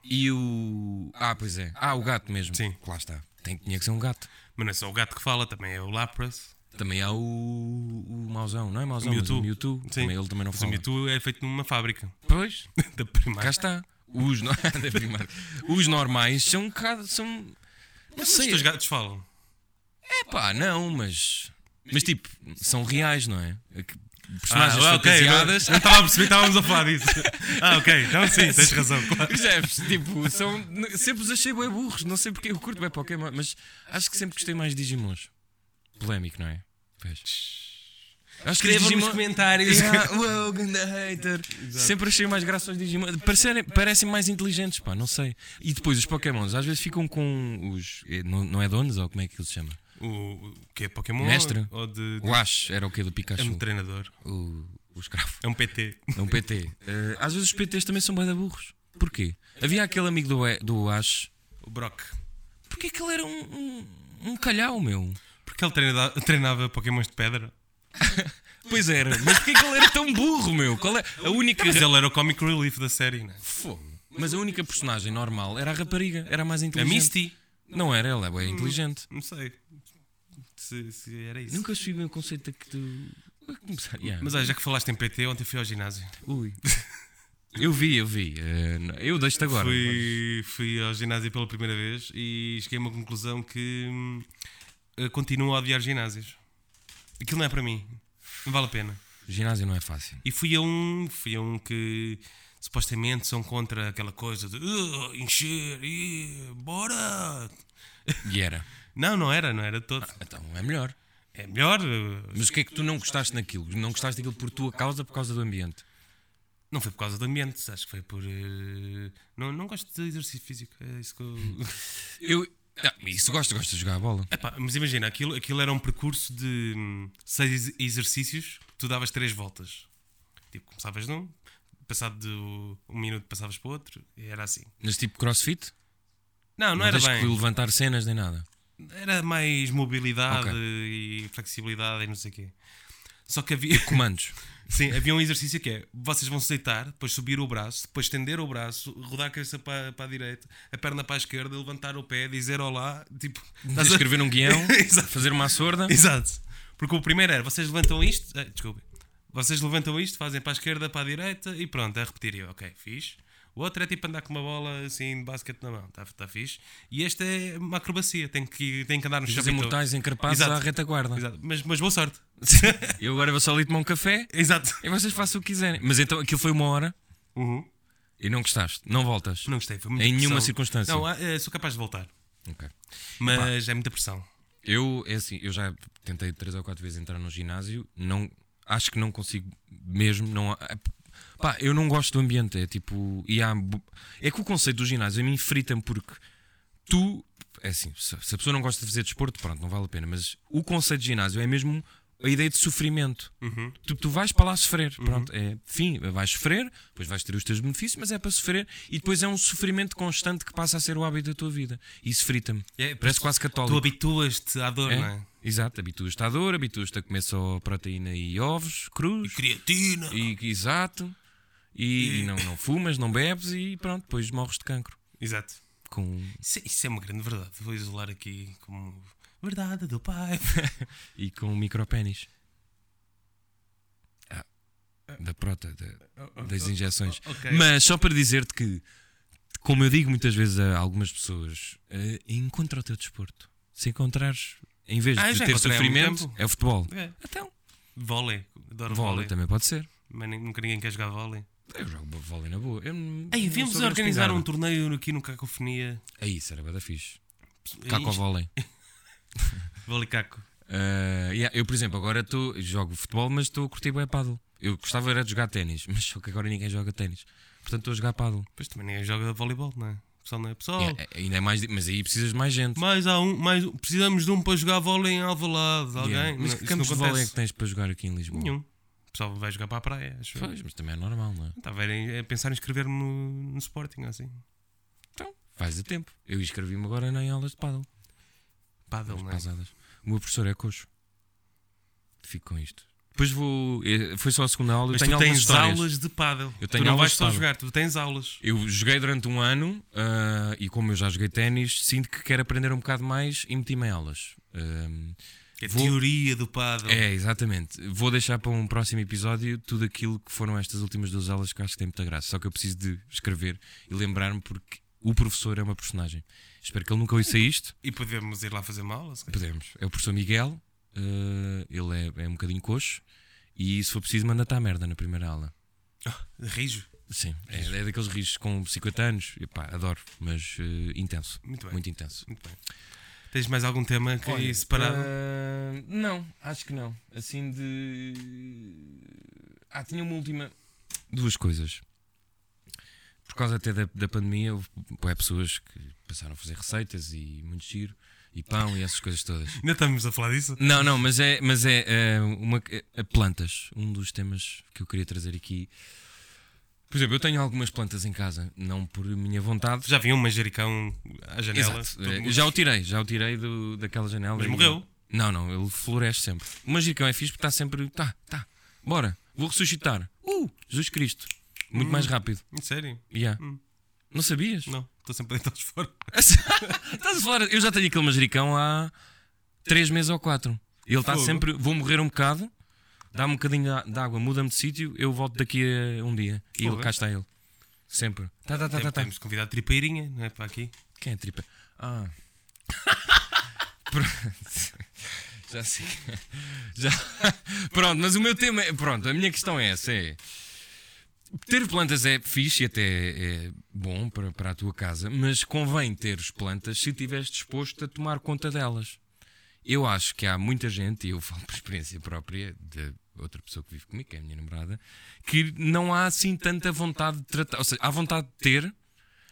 E o. Ah, pois é. Ah, o gato mesmo.
Sim.
Lá está. Tem, tinha que ser um gato.
Mas não é só o gato que fala, também é o Lapras.
Também há o. O Mauzão, não é Mauzão?
O
mas
Mewtwo.
O Mewtwo.
Sim.
Também, ele também não
Mas o
fala.
Mewtwo é feito numa fábrica
Pois.
da
Cá
primária.
está. Os, no- da primária. Os normais são um bocado. São... Não
Os
sei.
teus gatos falam.
É pá, não, mas. Mas tipo, são reais, não é? É que-
Ah,
Personagens
ah, ok. Não não
fantasiadas.
estava a perceber, estávamos a falar disso. Ah, ok. Então sim, tens razão. claro.
Percebes? Tipo, são. n- Sempre os achei bem burros. Não sei porque eu curto bem Pokémon, mas acho que sempre gostei mais de Digimons. Polémico, não é? Pois. Acho que os
Escrevam nos
Digimon.
comentários.
Yeah, uou, ganda hater. Sempre achei mais graça aos Digimon. Parecem, parecem mais inteligentes, pá, não sei. E depois os Pokémons, às vezes ficam com os. eh, Não, não é donos ou como é que ele se chama?
O, o que é Pokémon?
Mestre?
Ou de. de-
O Ash era o que do
É
Pikachu?
um treinador.
O, o escravo.
É um PT.
É um PT. Eh, às vezes os PTs também são bem burros. Porquê? Havia aquele amigo do, E- do Ash.
O Brock.
Porquê que ele era um, um, um calhau, meu?
Porque ele treina- treinava Pokémons de pedra.
Pois era, mas porquê que ele era tão burro, meu? Qual é a única.
Mas ele era o comic relief da série, né?
Fogo. Mas a única personagem normal era a rapariga, era a mais
A
inteligente.
Misty.
Não era, ela é bué inteligente.
Não sei. Se, se era isso.
Nunca percebi bem o conceito de que tu. Começar. Yeah.
Mas olha, já que falaste em PT, ontem fui ao ginásio.
Ui. Eu vi, eu vi. Eh, não- eu deixo-te agora.
Fui, fui ao ginásio pela primeira vez e cheguei a uma conclusão que hum, eh, continuo a odiar ginásios. Aquilo não é para mim. Não vale a pena.
Ginásio não é fácil.
E fui a um, fui a um que supostamente são contra aquela coisa de "Ah, encher e bora.
E era.
Não, não era, não era de todo.
Então é melhor.
É melhor. eh,
Mas o que é que tu não gostaste naquilo? Não gostaste daquilo por tua causa, por causa do ambiente?
Não foi por causa do ambiente, acho que foi por. eh, Não, não gosto de exercício físico. É isso que eu.
Eu. Ah, isso gosto, gosto de jogar a bola.
Epá, mas imagina, aquilo, aquilo era um percurso de hum, seis ex- exercícios, tu davas três voltas. Tipo, começavas num, passado de um minuto passavas para o outro, e era assim.
Mas tipo crossfit?
Não, não,
Não,
era
tens que
bem.
levantar cenas nem nada.
Era mais mobilidade
Ok.
e flexibilidade e não sei o quê. Só que havia,
Comandos.
sim, havia um exercício que é, vocês vão se deitar, depois subir o braço, depois estender o braço, rodar a cabeça para, para a direita, a perna para a esquerda, levantar o pé, dizer olá, tipo... estás a-
escrever um guião,
Exato.
fazer uma sorda.
Exato. Porque o primeiro era, vocês levantam isto, ah, desculpem, vocês levantam isto, fazem para a esquerda, para a direita e pronto, a repetir. E Eu, ok, fixe. O outro é tipo andar com uma bola assim de basquete na mão, está tá fixe. E este é uma acrobacia, tem que, tem que andar no
Fazer
chapéu.
mortais encarpados
Exato.
à retaguarda.
Exato. Mas, mas boa sorte.
Eu agora vou só ali tomar um café
Exato.
e vocês façam o que quiserem. Mas então aquilo foi uma hora
Uhum.
e não gostaste, não voltas.
Não gostei, foi muita
Em nenhuma
pressão.
circunstância.
Não, ah, eh, sou capaz de voltar.
Ok.
Mas é muita pressão.
Eu, é assim, eu já tentei três ou quatro vezes entrar no ginásio, não, acho que não consigo mesmo, não há- é- pá, eu não gosto do ambiente, é tipo, e há bo- é que o conceito do ginásio a mim frita-me porque tu, é assim, se se a pessoa não gosta de fazer desporto, pronto, não vale a pena, mas o conceito de ginásio é mesmo a ideia de sofrimento. Tipo, tu vais para lá sofrer, pronto, é fim, vais sofrer, depois vais ter os teus benefícios, mas é para sofrer e depois é um sofrimento constante que passa a ser o hábito da tua vida. Isso frita-me.
É,
Parece quase católico.
Tu habituas-te à dor,
É,
não é?
Exato, habituas-te à dor, habituas-te a comer só proteína e ovos, cruz.
Creatina.
E, exato. E, e não, não fumas, não bebes e pronto, depois morres de cancro.
Exato.
Com...
Isso, isso é uma grande verdade. Vou isolar aqui como verdade do pai.
E com micropénis. Ah, da prota, da- das injeções.
ok.
Mas só para dizer-te que, como eu digo muitas vezes a algumas pessoas, eh, encontra o teu desporto. Se encontrares, em vez
Ah, eu
de
já
ter
encontrei há muito
sofrimento,
tempo.
é o futebol.
É.
Então,
Vôlei, adoro
vôlei
vôlei.
também pode ser.
Mas nem- nunca ninguém quer jogar vôlei.
Eu jogo vôlei na boa. Eu não-
Ei,
não
vimos
sou grande
organizar um
espingarda.
torneio aqui no Cacofonia.
É isso, era bada fixe.
É
Caco ao
isto.
vôlei.
Vôlei Caco.
Ah, yeah, eu, por exemplo, agora tô, jogo futebol, mas estou a curtir bem paddle. Eu gostava era de jogar ténis, mas só que agora ninguém joga ténis. Portanto, estou a jogar paddle.
Pois também ninguém joga voleibol, não é? Pessoal, não é? Pessoal,
Yeah, é- ainda é mais, di- mas aí precisas de mais gente.
mais há um, mais um. Precisamos de um para jogar vôlei em Alvalade. Alguém?
Yeah. Mas
Não, isso
que
não
campos de vôlei é
acontece.
que tens para jogar aqui em Lisboa?
Nenhum. O pessoal vai jogar para a praia, acho eu.
Pois, mas também é normal, não é?
Estava a ver- a pensar em inscrever-me no, no Sporting, ou assim.
Então, faz a tempo. Eu inscrevi-me agora em aulas de paddle.
Paddle, não é?
Pausadas. O meu professor é coxo. Fico com isto. Depois vou. eh, Foi só a segunda aula.
Mas
eu tenho
tu
algumas
tens
histórias.
aulas de paddle.
Eu tenho
tu não
aulas
vais
de
só
pádel.
jogar, tu tens aulas.
Eu joguei durante um ano ah, e, como eu já joguei ténis, sinto que quero aprender um bocado mais e meti-me em aulas. Ahm,
É
Vou-
teoria do paddle.
é, exatamente. Vou deixar para um próximo episódio tudo aquilo que foram estas últimas duas aulas que acho que tem muita graça. Só que eu preciso de escrever e lembrar-me porque o professor é uma personagem. Espero que ele nunca ouça isto.
E podemos ir lá fazer uma aula, se calhar.
Podemos. É o professor Miguel, eh, ele é, é um bocadinho coxo e se for preciso manda-te à merda na primeira aula.
Rijo.
Sim, é, é daqueles risos com 50 anos, Epá, adoro, mas eh, intenso,
Muito bem.
muito intenso.
Muito bem. Tens mais algum tema que aí separado?
Ah, não, acho que não. Assim de. Ah, tinha uma última. Duas coisas. Por causa até da, da pandemia, houve bué pessoas que passaram a fazer receitas e muito giro, e pão e essas coisas todas.
Ainda estamos a falar disso?
Não, não, mas é, mas é, eh, uma, eh, plantas, um dos temas que eu queria trazer aqui. Por exemplo, eu tenho algumas plantas em casa, não por minha vontade.
Já vi um manjericão à janela.
Exato.
todo
Eh,
mundo-
já o tirei, já o tirei do, daquela janela.
Mas
e-
morreu.
Não, não, ele floresce sempre. O manjericão é fixe porque está sempre. Tá, tá, bora, vou ressuscitar. Uh, Jesus Cristo. Muito mais rápido.
Sério?
Yeah. Não sabias?
Hum. Não, estou sempre a deitar fora.
Tá, Estás a falar? Eu já tenho aquele manjericão há 3 meses ou 4. Ele está
Fogo.
sempre. Vou morrer um bocado, dá-me um bocadinho de a- de água, muda-me de sítio, eu volto daqui a um dia. E ele,
Fogo.
cá está ele. Sempre. Tá, tá, tá, tá,
Tem-
tá.
É, Temos convidado tripeirinha, não é? Para aqui.
Quem é tripa? Ah. Pronto. Já sei. Já. Pronto, mas o meu tema é. Pronto, a minha questão é essa: é. Ter plantas é fixe e até é bom para, para a tua casa, mas convém teres plantas se estiveres disposto a tomar conta delas. Eu acho que há muita gente, e eu falo por experiência própria, de outra pessoa que vive comigo, que é a minha namorada, que não há assim tanta vontade de tratar. Ou seja, há vontade de ter,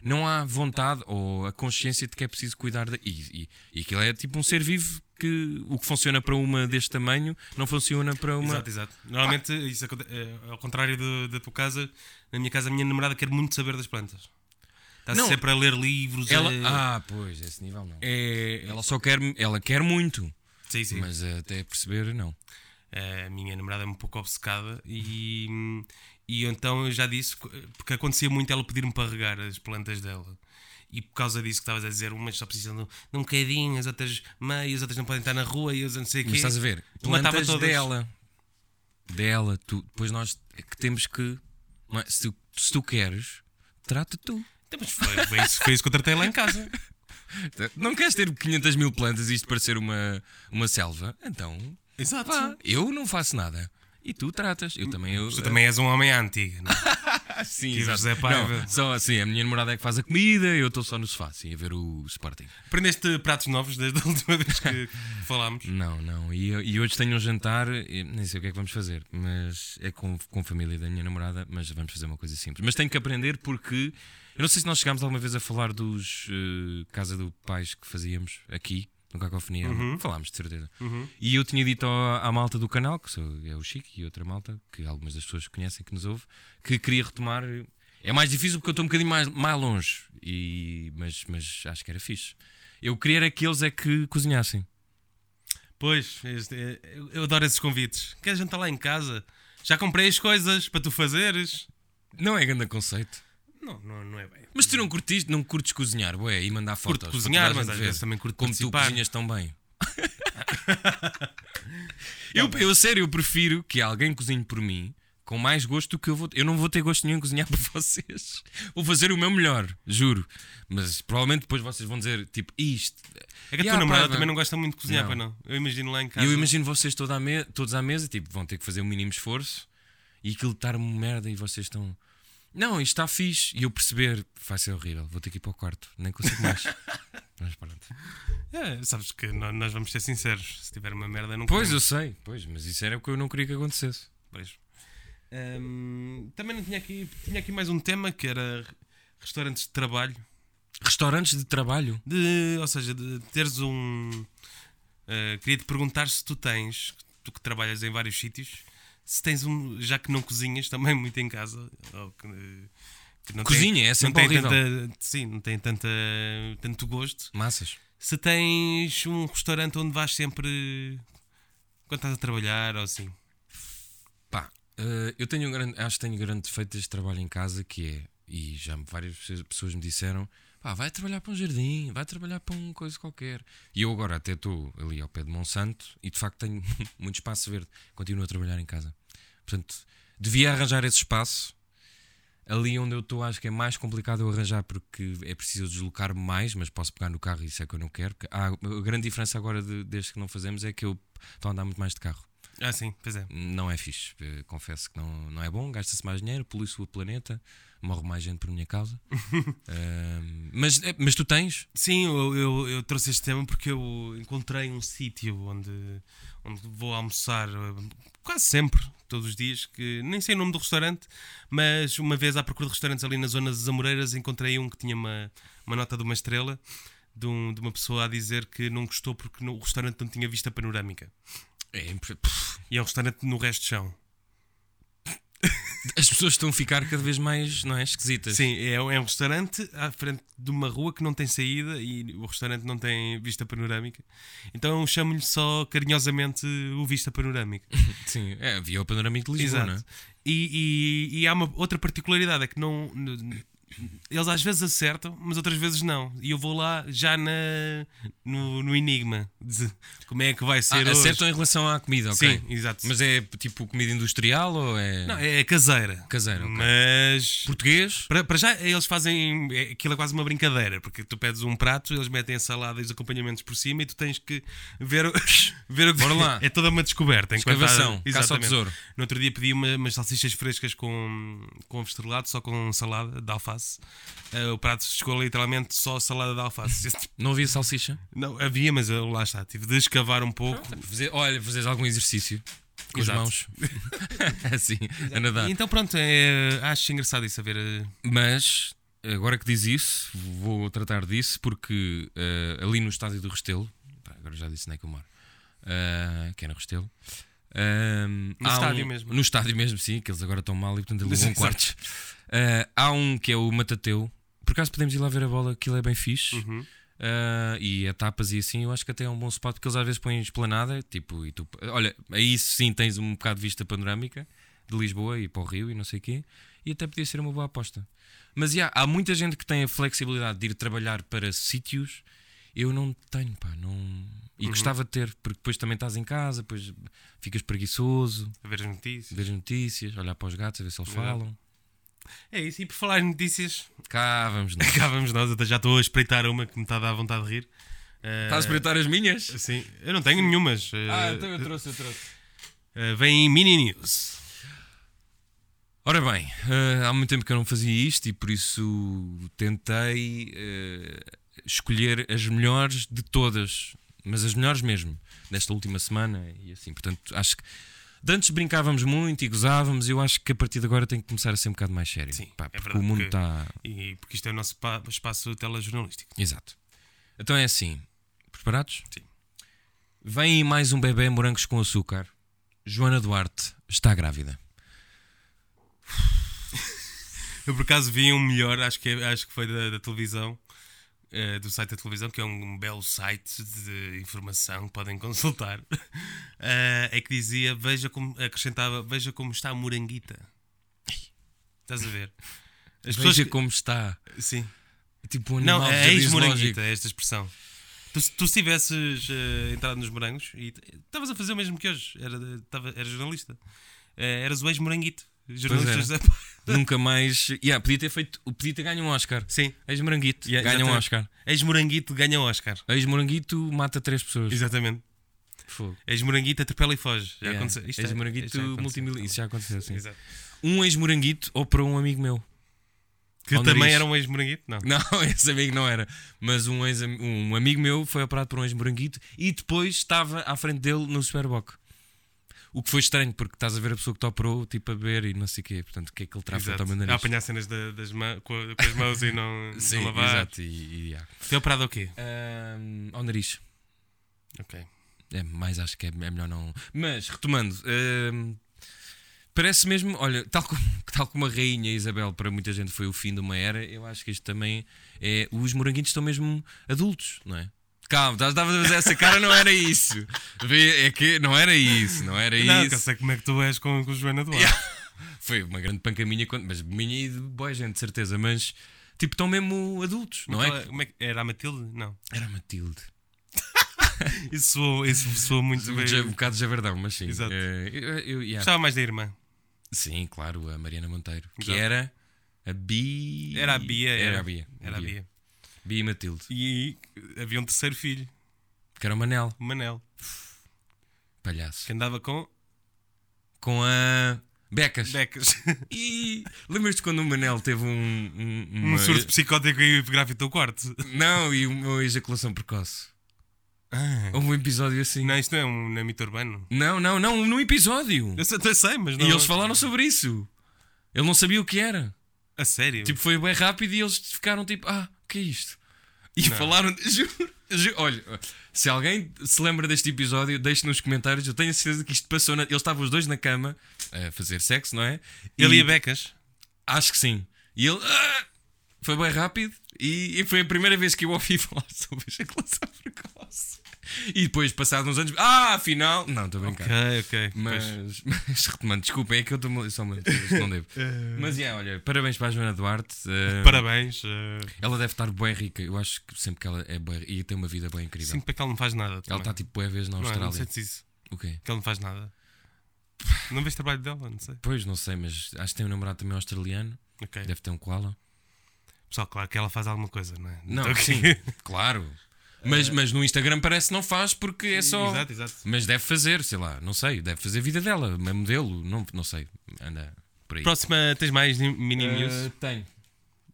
não há vontade ou a consciência de que é preciso cuidar da. E, e, e aquilo é tipo um ser vivo que o que funciona para uma deste tamanho não funciona para uma. Ah.
Exato, exato. Normalmente, isso aconte- é, ao contrário do- da tua casa, na minha casa, a minha namorada quer muito saber das plantas. Está
Não.
sempre a ler livros. eh,
Ela,
a...
ah, pois, esse nível não.
é...
Ela só quer, ela quer muito,
Sim, sim.
mas até perceber, não.
A minha namorada é um pouco obcecada e, e então eu já disse, porque acontecia muito ela pedir-me para regar as plantas dela. E por causa disso que estavas a dizer, umas só precisam de um- de um bocadinho, as outras meias, outras não podem estar na rua e as não sei o quê.
Mas estás a ver?
Matava
Plantas
todas.
dela. Dela, tu. Depois nós é que temos que. não é? Se tu, se tu queres, trata tu.
Então, mas foi, foi isso, foi isso que eu tratei lá em casa.
Não queres ter 500 mil plantas e isto parecer uma, uma selva? Então,
Exato.
pá, eu não faço nada. E tu tratas. Eu também. Eu,
Tu também és um homem à antiga, não é?
Ah, sim,
que
exato.
José Paiva.
Não, só assim, a minha namorada é que faz a comida, eu estou só no sofá, assim, a ver o Sporting.
Aprendeste pratos novos desde a última vez que falámos.
Não, não. E, e hoje tenho um jantar, e nem sei o que é que vamos fazer, mas é com, com a família da minha namorada, mas vamos fazer uma coisa simples. Mas tenho que aprender porque eu não sei se nós chegámos alguma vez a falar dos eh, Casa do Pais que fazíamos aqui. No Cacofonia, falámos de certeza. E eu tinha dito ao- à malta do canal, que sou, é o Chico e outra malta, que algumas das pessoas conhecem, que nos ouve, que queria retomar. É mais difícil porque eu estou um bocadinho mais, mais longe, e, mas, mas acho que era fixe. Eu queria era que eles é que cozinhassem.
Pois, este, é, eu- eu adoro esses convites. Queres jantar lá em casa? Já comprei as coisas para tu fazeres.
Não é grande conceito.
Não, não, não é bem.
Mas tu não curtiste, não curtes cozinhar, bué, e mandar fotos.
Curto
para
cozinhar,
toda a
mas
gente
às
ver
vezes também curto
Como
participar.
tu cozinhas tão bem. eu,
Tá
eu, sério, eu prefiro que alguém cozinhe por mim com mais gosto do que eu vou. Eu não vou ter gosto nenhum em cozinhar por vocês. Vou fazer o meu melhor, juro. Mas provavelmente depois vocês vão dizer, tipo, isto.
É que a
Yeah,
tua namorada
pá,
também não gosta muito de cozinhar,
Não.
para não. Eu imagino lá em
E
casa.
eu imagino vocês toda à um me- todos à mesa, tipo, vão ter que fazer o mínimo esforço e aquilo estar uma merda e vocês estão. Não, isto está fixe. E eu perceber, vai ser horrível, vou ter que ir para o quarto, nem consigo mais. Mas pronto.
É, sabes que nó- nós vamos ser sinceros. Se tiver uma merda, não
Pois, eu
queremos.
sei, pois, mas isso era o que eu não queria que acontecesse.
Pois. Hum, também não tinha aqui, tinha aqui mais um tema que era restaurantes de trabalho.
Restaurantes de trabalho?
De, ou seja, de teres um. eh, queria te perguntar se tu tens, tu que trabalhas em vários sítios, se tens um. Já que não cozinhas também muito em casa. ou que, eh, que não
Cozinha, é sempre
não tem
horrível.
tanta, Sim, não tem tanta, tanto gosto.
Massas.
Se tens um restaurante onde vais sempre. Quando estás a trabalhar ou assim.
Pá, eh, eu tenho um grande, acho que tenho um grande defeito deste trabalho em casa que é, e já me- várias pessoas- pessoas me disseram, pá, vai trabalhar para um jardim, vai trabalhar para um coisa qualquer. E eu agora até estou ali ao pé de Monsanto e de facto tenho muito espaço verde, continuo a trabalhar em casa. Portanto, devia arranjar esse espaço. Ali onde eu estou, acho que é mais complicado eu arranjar porque é preciso deslocar-me mais, mas posso pegar no carro e isso é que eu não quero. que- ah, a grande diferença agora de- desde que não fazemos é que eu estou a andar muito mais de carro
Ah, sim, pois é.
não é fixe. Eh, Confesso que não, não é bom, gasta-se mais dinheiro, polui-se o planeta, morre mais gente por minha causa. Ahm, mas, eh, mas tu tens?
Sim, eu, eu, eu trouxe este tema porque eu encontrei um sítio onde, onde vou almoçar eh, quase sempre, todos os dias, que nem sei o nome do restaurante, mas uma vez à procura de restaurantes ali na zona das Amoreiras encontrei um que tinha uma, uma nota de uma estrela de, um- de uma pessoa a dizer que não gostou porque no- o restaurante não tinha vista panorâmica.
É impre- Pff,
E é um restaurante no resto de chão.
as pessoas estão a ficar cada vez mais não é, esquisitas.
Sim, é, um- é um restaurante à frente de uma rua que não tem saída e o restaurante não tem vista panorâmica. Então chamo-lhe só carinhosamente o Vista Panorâmica.
Sim, é, havia o panorâmico de Lisboa, não é?
E, e- e há uma outra particularidade, é que não. n- n- Eles às vezes acertam, mas outras vezes não. E eu vou lá já na, no, no enigma de como é que vai
Ah,
ser hoje.
acertam em relação à comida, ok.
Sim, exato.
Mas é tipo comida industrial ou é
não, é caseira.
Caseira, ok.
Mas.
português?
Para, para já eles fazem. é- Aquilo é quase uma brincadeira, porque tu pedes um prato, eles metem a salada e os acompanhamentos por cima e tu tens que ver, o- ver o que
Bora lá.
É toda uma descoberta. enquanto há-
Escavação, caça ao
Exatamente.
tesouro.
No outro dia pedi uma- umas salsichas frescas com, com estrelado, só com salada de alface. Ah, o prato chegou literalmente só salada de alface.
Não havia salsicha?
Não, havia, mas eu, lá está. Tive de escavar um pouco.
Fazer- olha, fazes algum exercício com
Exato.
as mãos. assim, a nadar.
E então pronto, é, acho engraçado isso a ver. eh,
Mas, agora que diz isso, vou tratar disso porque eh, ali no estádio do Restelo, pá, agora já disse onde é que eu moro, eh, que é no Restelo. ehm,
No
há
estádio
um-
mesmo.
No estádio mesmo, sim, que eles agora estão mal e portanto alugam
Exato.
quartos. Eh, há um que é o Matateu. Por acaso podemos ir lá ver a bola, aquilo é bem fixe. Eh, e etapas e assim, eu acho que até é um bom spot porque eles às vezes põem esplanada. Tipo, e tu, olha, aí sim tens um bocado de vista panorâmica de Lisboa e para o Rio e não sei o quê. E até podia ser uma boa aposta. Mas já, há muita gente que tem a flexibilidade de ir trabalhar para sítios. Eu não tenho, pá, não. E gostava de ter, porque depois também estás em casa, depois ficas preguiçoso,
a ver as notícias.
ver as notícias, olhar para os gatos, a ver se eles
Verdade.
falam.
É isso. E por falar em notícias,
Cá vamos nós.
cá vamos nós. Até já estou a espreitar uma que me está a dar vontade de rir. Eh,
Estás a espreitar as minhas? Ah, então
Sim, eu não tenho nenhumas. eh,
eu trouxe, eu trouxe.
eh, vem em mini news.
Ora bem, eh, há muito tempo que eu não fazia isto e por isso tentei eh, escolher as melhores de todas, mas as melhores mesmo, desta última semana e assim. Portanto, acho que. De antes brincávamos muito e gozávamos, eu acho que a partir de agora tem que começar a ser um bocado mais sério.
Sim,
Pá,
é
porque
verdade,
o mundo tá-
porque-
está.
E, porque isto é o nosso pa- espaço telejornalístico.
Exato. Então é assim. Preparados?
Sim.
Vem aí mais um bebê morangos com açúcar. Joana Duarte está grávida.
Eu por acaso vi um melhor, acho que, é- acho que foi da, da televisão, eh, do site da televisão, que é um, belo site de informação que podem consultar. Eh, é que dizia, veja como, acrescentava, veja como está a moranguita. Estás a ver? As pessoas.
Veja
que-
como está.
Sim.
Tipo um animal
Não,
de
é
jardim
ex-moranguita,
zoológico.
esta expressão. Tu, tu se tivesses eh, entrado nos morangos e estavas a fazer o mesmo que hoje, era, tava, era jornalista. Eh, eras o ex-moranguito. Jornalista
era.
José Paz.
Nunca mais. Yeah, podia ter feito. Podia ter ganho um Oscar.
Sim.
Ex-moranguito.
Yeah,
ganha um
exatamente.
Oscar.
Ex-moranguito ganha o Oscar.
Ex-moranguito mata três pessoas.
Exatamente.
Fogo.
Ex-moranguito atropela e foge. Já
Yeah.
aconteceu. Isto é-
Ex-moranguito
isto já aconteceu.
multimilionário. Isso já aconteceu, sim.
Exato.
Um ex-moranguito ou para um amigo meu.
Que
Ao
também
nariz.
era um ex-moranguito? Não.
Não, esse amigo não era. Mas um, ex, um amigo meu foi operado por um ex-moranguito e depois estava à frente dele no Superboc. O que foi estranho, porque estás a ver a pessoa que te operou, tipo a beber e não sei o quê. Portanto, o que é que ele trata
Exato.
também
A
nariz?
apanhar cenas da- das mã- com, a- com as mãos e não,
Sim,
não lavar.
exato. E, e, há.
Foi operado ao quê?
Ahm, ao nariz.
Ok.
É, mas acho que é, é melhor não. Mas, retomando, hum, parece mesmo, olha, tal como, tal como a Rainha Isabel para muita gente foi o fim de uma era, eu acho que isto também é. Os moranguinhos estão mesmo adultos, não é? Calma, estás estavas a fazer essa cara, não era isso. Vê, É que não era isso, não era
Não, que eu
isso.
sei como é que tu és com, com o Joana Duarte.
Foi uma grande panca minha, quando- mas minha e de boa gente, de certeza, mas tipo, estão mesmo adultos, não
Qual
é?
é- como é que- Era a Matilde? Não.
Era a Matilde.
Isso soou, isso soou muito
Um
bem.
ja- um bocado de javardão, mas sim.
Exato.
Eh, eu- eu- yeah.
Gostava mais da irmã.
Sim, claro, a Mariana Monteiro. Que
Exato.
era a Bi.
Era a Bia.
Era a Bia.
Era a Bia.
Bia e Matilde.
E havia um terceiro filho,
Que era o Manel,
o Manel,
palhaço.
que andava com
Com a. Becas.
becas.
E lembras-te quando o Manel teve um. Um,
Um
uma-
surto psicótico e grafitou o quarto.
Não, e uma ejaculação precoce. Houve um episódio assim.
Não, isto não é um não é mito urbano.
Não, não, não, num episódio.
Eu sei, eu sei, mas não.
E eles falaram sobre isso. Ele não sabia o que era.
A sério?
Tipo, foi bem rápido e eles ficaram tipo, ah, o que é isto? E
Não.
falaram, juro, juro, olha, se alguém se lembra deste episódio, deixe nos comentários, eu tenho a certeza que isto passou. na- Eles estavam os dois na cama a fazer sexo, não é?
ele ia becas.
Acho que sim. E ele, ah! foi bem rápido e, e foi a primeira vez que eu ouvi falar sobre ejaculação precoce. E depois, passados uns anos, ah, afinal, não, estou a brincar.
Ok, ok. Pois.
Mas, mas retomando, desculpem, é que eu estou só uma não devo. mas yeah, olha, parabéns para a Joana Duarte. eh,
É. Parabéns. eh,
ela deve estar bem rica. Eu acho que sempre que ela é bem e tem uma vida bem incrível.
Sinto para que ele não faz nada.
ela
também.
está tipo bué vez na
Não, é? não
Austrália.
sentes isso.
O quê?
Que ele não faz nada. Não vês trabalho dela, não sei.
Pois, não sei, mas acho que tem um namorado também australiano.
Ok.
Deve ter um koala.
Pessoal, claro que ela faz alguma coisa, não é?
Não,
Então,
sim, claro. Mas, mas no Instagram parece que não faz porque é só.
Exato, exato.
Mas deve fazer, sei lá, não sei. Deve fazer a vida dela, é modelo, não, não sei. Anda por aí.
Próxima, tens mais mini
Eh,
news?
tenho.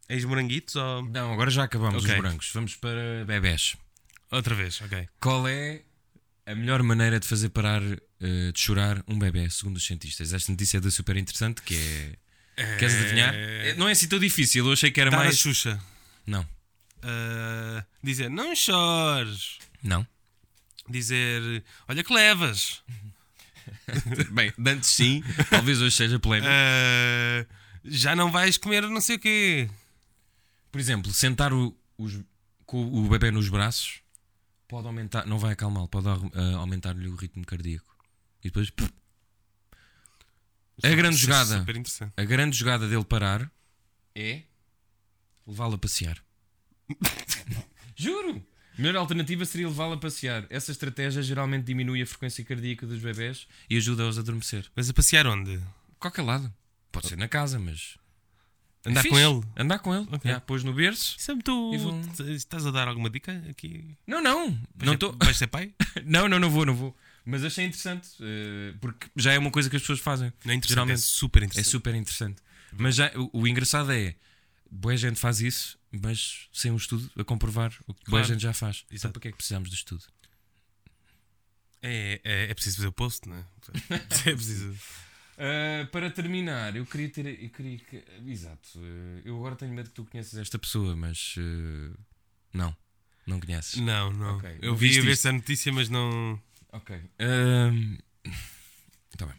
Ex-moranguitos ou.
Não, agora já acabamos
Ok.
os brancos. Vamos para bebés.
Outra vez, ok.
Qual é a melhor maneira de fazer parar eh, de chorar um bebê, segundo os cientistas? Esta notícia é da super interessante, que é. Queres adivinhar? Eh, Não é assim tão difícil, eu achei que era
Dar a
mais.
Xuxa.
Não,
Ah, dizer não chores.
não.
Dizer olha que levas.
Bem, de antes sim, talvez hoje seja
Uhum.
plena.
Ah, já não vais comer não sei o quê.
Por exemplo, sentar o, os- com o bebê nos braços pode aumentar, não vai acalmá-lo, pode ar- eh, aumentar-lhe o ritmo cardíaco. E depois. A grande
Isso é
jogada.
Super interessante.
A grande jogada dele parar é levá-lo a passear. Juro! A melhor alternativa seria levá-lo a passear. Essa estratégia geralmente diminui a frequência cardíaca dos bebés e ajuda-os a adormecer.
Mas a passear onde?
Qualquer lado. Pode ser na casa, mas. é
Andar
fixe.
com ele?
Andar com ele.
Ok.
Já, pôs no berço.
Isso é muito-
E vão-
Estás a dar alguma dica aqui?
Não, não. Não, tô...
Vais ser pai?
não, não, não vou, não vou. Mas achei interessante. eh, Porque já é uma coisa que as pessoas fazem.
Não é interessante, é
Geralmente.
super
É
interessante.
super interessante. Mas já, o, o engraçado é, boa gente faz isso, mas sem um estudo a comprovar o que boa
Claro.
gente já faz. Então
Exato.
para que é que precisamos do estudo?
É, é, é preciso fazer o post, não é? É preciso.
Ah, para terminar, eu queria ter. Eu queria que- exato. eh, eu agora tenho medo que tu conheças esta pessoa, mas. eh, não, não conheces.
Não, não.
Ok,
Eu
não
vi
viste
a ver
isto?
essa notícia, mas não.
Ok. Ahm, Tá bem.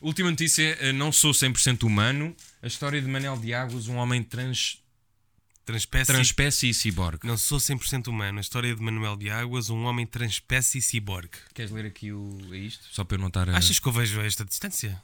Última notícia: eh, não sou 100% humano. A história de Manel de Águas, um homem trans, Ah,
Transpécie.
transpécie e ciborgue.
Não sou 100% humano. A história de Manuel de Águas, um homem transpécie e ciborgue.
Queres ler aqui o, é isto? Só para eu não estar a.
Achas que eu vejo a esta distância?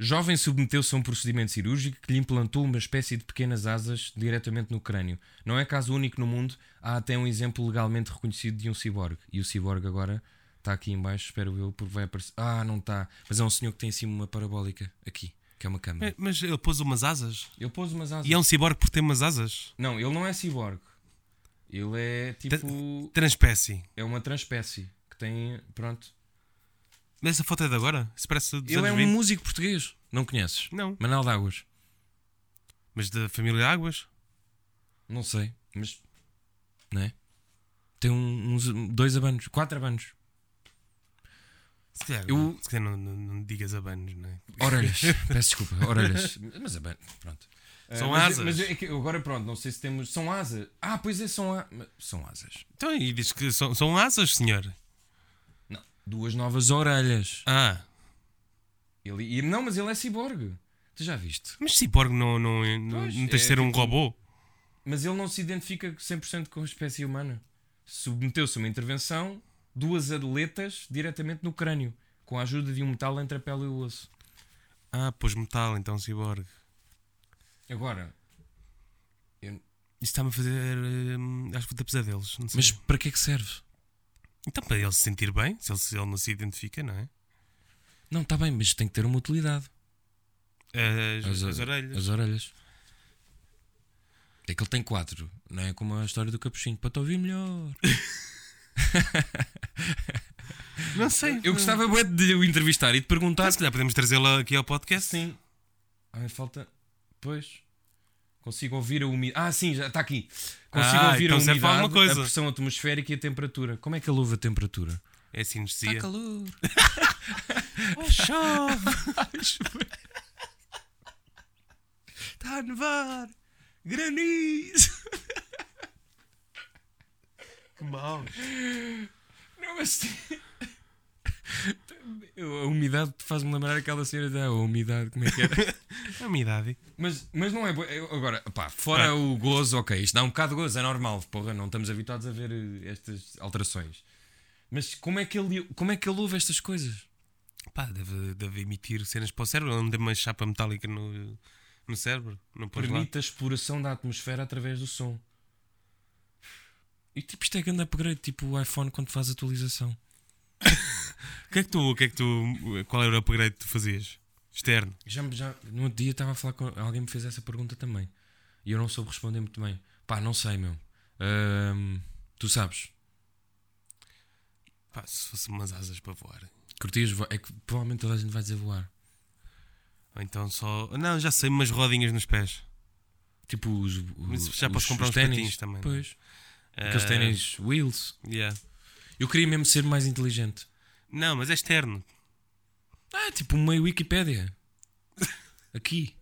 Jovem submeteu-se a um procedimento cirúrgico que lhe implantou uma espécie de pequenas asas diretamente no crânio. Não é caso único no mundo, há até um exemplo legalmente reconhecido de um ciborgue. E o ciborgue agora está aqui em baixo, espero eu, porque vai aparecer. Ah, não está. Mas é um senhor que tem em cima uma parabólica aqui, que é uma câmera.
É, Mas ele pôs umas asas?
Ele pôs umas asas.
E é um ciborgue por ter umas asas?
Não, ele não é ciborgue. Ele é tipo.
Transpécie.
É uma transpécie que tem. Pronto.
Mas essa foto é de agora? Isso parece dos
Ele é
anos
um
20.
músico português. Não conheces?
Não.
Manel D'Águas.
Mas da família Águas?
Não sei, mas. Não é? Tem um- uns dois abanos, quatro abanos.
Se calhar,
Eu-
se calhar não, não, não digas abanos, não é?
Orelhas, peço desculpa, orelhas. Mas abanos, pronto.
São
mas,
asas.
Mas é que eu agora pronto, não sei se temos. São asas. Ah, pois é, são, a... mas são asas.
Então, e diz que são, são asas, senhor.
Não, duas novas orelhas.
Ah,
Ele... e- Não, mas ele é ciborgue. Tu já viste?
mas ciborgue não, não, não,
Pois,
não tens de
é
ser um
tipo-
robô.
Mas ele não se identifica 100% com a espécie humana. Submeteu-se a uma intervenção, duas adoletas diretamente no crânio, com a ajuda de um metal entre a pele e o osso.
Ah, pôs metal, então ciborgue.
Agora, eu-
Isto está-me a fazer. hum, acho que vou ter pesadelos. Não sei.
mas para que é que serve?
Então, para ele se sentir bem, se ele, se ele não se identifica, não é?
Não, está bem, mas tem que ter uma utilidade.
As, as,
o-
orelhas.
As orelhas. É que ele tem quatro, não é como a história do capuchinho, para te ouvir melhor.
Não sei.
Eu gostava bué de o entrevistar e de perguntar.
Tá, se calhar podemos trazê-la aqui ao podcast. Sim.
Ah, falta. Pois. Consigo ouvir a umidade. Ah, sim, já está aqui. Consigo
Ah,
ouvir
então
a
serve para
umidade,
alguma coisa.
a pressão atmosférica e a temperatura. Como é que ele ouve a temperatura?
É sinestesia.
calor. Oh,
Chove!
Está a nevar. Granizo.
que mal!
Não, mas. Eu- A umidade faz-me lembrar aquela cena da umidade, como é que era?
É uma idade.
mas, mas não é. bo- eu- Agora, pá, fora o gozo, ok, isto dá um bocado de gozo, é normal, porra, não estamos habituados a ver eh, estas alterações. Mas como é que ele, como é que ele ouve estas coisas?
Pá, deve, deve emitir cenas para o cérebro. Ele Não tem uma chapa metálica no, no cérebro. Não pôs lá.
permite a exploração da atmosfera através do som. E tipo, isto é grande upgrade, tipo o iPhone quando faz atualização.
O que é que tu. O que é que tu qual era o upgrade que tu fazias? Externo.
Já, já, no outro dia estava a falar com. Alguém me fez essa pergunta também. E eu não soube responder muito bem. Pá, não sei, meu. Ahm, tu sabes,
Pá, se fosse umas asas para voar.
curtias voar. É que provavelmente toda a gente vai dizer voar.
Ou então só. Não, já sei, umas rodinhas nos pés.
Tipo os. os
Mas já posso
os-
comprar
os
uns
ténis.
patins também, não é?
Pois. Aqueles
Ah,
ténis wheels.
yeah.
Eu queria mesmo ser mais inteligente.
Não, mas é externo.
Ah, tipo uma Wikipédia. Aqui.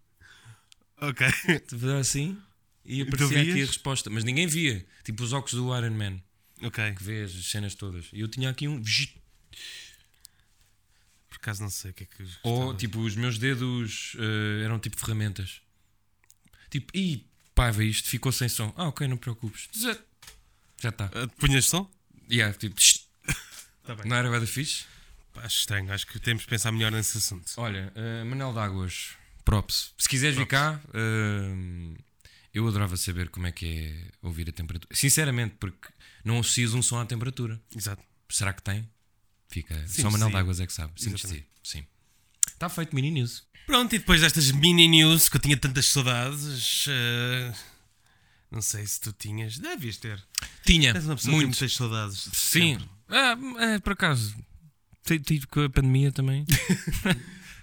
Ok.
Te dá assim e
tu
aparecia aqui a
vias?
resposta. Mas ninguém via. Tipo os óculos do Iron Man,
ok.
que vê as cenas todas. E eu tinha aqui um. vzit.
Por acaso não sei o que é que. gostava.
Ou tipo, os meus dedos eh, eram tipo ferramentas. Tipo, e pá, vê isto, ficou sem som. Ah, ok, não te preocupes. Zé. Já está.
Ah, Punhas som?
Yeah, tipo, tsh.
Tá bem.
não era bada fixe?
Pá, Acho estranho, acho que temos de pensar melhor nesse assunto.
Olha, eh, Manel D'Águas, props. Se quiseres vir cá, eh, eu adorava saber como é que é ouvir a temperatura. Sinceramente, porque não associas um som à temperatura.
Exato.
Será que tem? Fica.
Sim,
Só Manel
sim.
D'Águas é que sabe. Sim, sim.
Exatamente.
sim. Está feito mini news.
Pronto, e depois destas mini news que eu tinha tantas saudades. eh, Não sei se tu tinhas. Devias ter.
Tinha.
És uma pessoa que tem
Muito.
muitas saudades. de
Sim.
sempre.
Ah, é, por acaso. Ti- Tive com a pandemia também.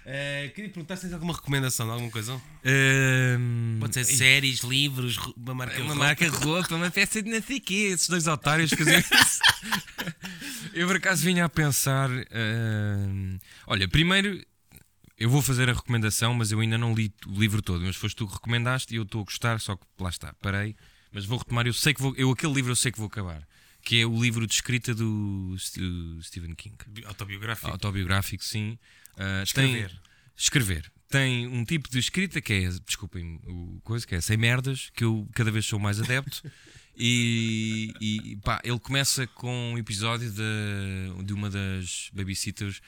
Eh, queria perguntar se tens alguma recomendação de alguma coisa.
Ahm,
Pode ser séries, livros, ro- É uma marca.
uma
de
marca de
roupa.
roupa, uma peça de não sei quê. Esses dois otários faziam isso. Eu por acaso vinha a pensar. ahm, olha, primeiro. Eu vou fazer a recomendação, mas eu ainda não li o livro todo. Mas foste tu que recomendaste e eu estou a gostar, só que lá está, parei. Mas vou retomar. Eu sei que vou. Eu, aquele livro eu sei que vou acabar. Que é o livro de escrita do Ste- do Stephen King.
Bi- Autobiográfico.
Autobiográfico, sim. Ah,
Escrever.
Tem, escrever. Tem um tipo de escrita que é, desculpem o coisa, que é sem merdas, que eu cada vez sou mais adepto. e, e, pá, ele começa com um episódio de, de uma das babysitters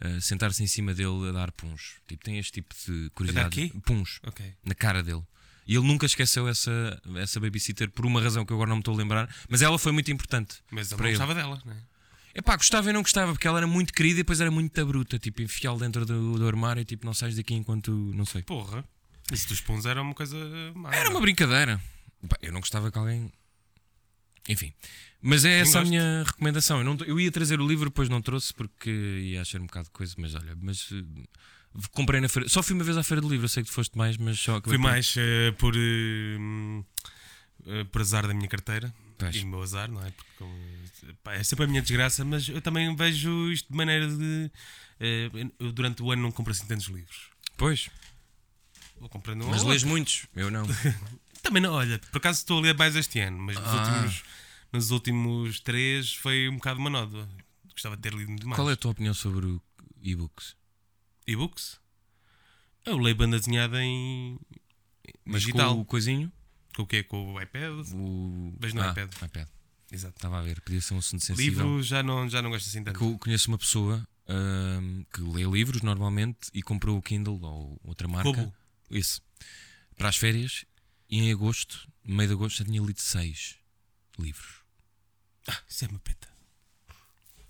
ah, sentar-se em cima dele a dar puns. Tipo, tem este tipo de curiosidade.
quê?
Puns
Ok.
na cara dele. E ele nunca esqueceu essa, essa babysitter por uma razão que eu agora não me estou a lembrar, mas ela foi muito importante.
Mas eu
Para
não
ele.
gostava dela, não é?
Epá, gostava e não gostava, porque ela era muito querida e depois era muito bruta, tipo, enfiá-lo dentro do, do armário e tipo, não sais daqui enquanto, não sei.
Porra. Isso dos pons era uma coisa má.
Era uma brincadeira. Epá, eu não gostava que alguém... Enfim. Mas é essa a
gosto.
minha recomendação. Eu, não t- eu ia trazer o livro, depois não trouxe, porque ia achar um bocado de coisa, mas olha, mas... eh, Comprei na feira, só fui uma vez à feira do livro, eu sei que tu foste mais, mas só acabei
Fui
por-
mais eh, por. eh, hum, eh, por azar da minha carteira.
Pois.
E do meu azar, não é? Porque, como- pá, é sempre a minha desgraça, mas eu também vejo isto de maneira de. eh, eu durante o ano não compro assim tantos livros.
Pois,
Vou comprando um
mas
ao
lês muitos, eu não.
Também não, olha, por acaso estou a ler mais este ano, mas
Ah.
nos, últimos, nos últimos três foi um bocado uma nódoa. Gostava de ter lido muito mais.
Qual é a tua opinião sobre o e-books?
E-books? Eu leio banda desenhada em
Mas
digital.
com o coisinho?
Com o quê? Com o iPad?
O...
Vejo no
Ah,
iPad. Exato.
Estava a ver, podia ser um assunto sensível.
Livro já não, já não gosto assim tanto.
que eu conheço uma pessoa ahm, que lê livros normalmente e comprou o Kindle ou outra marca.
Kobo.
Isso. Para as férias e em agosto, no meio de agosto, já tinha lido seis livros.
Isso é uma peta.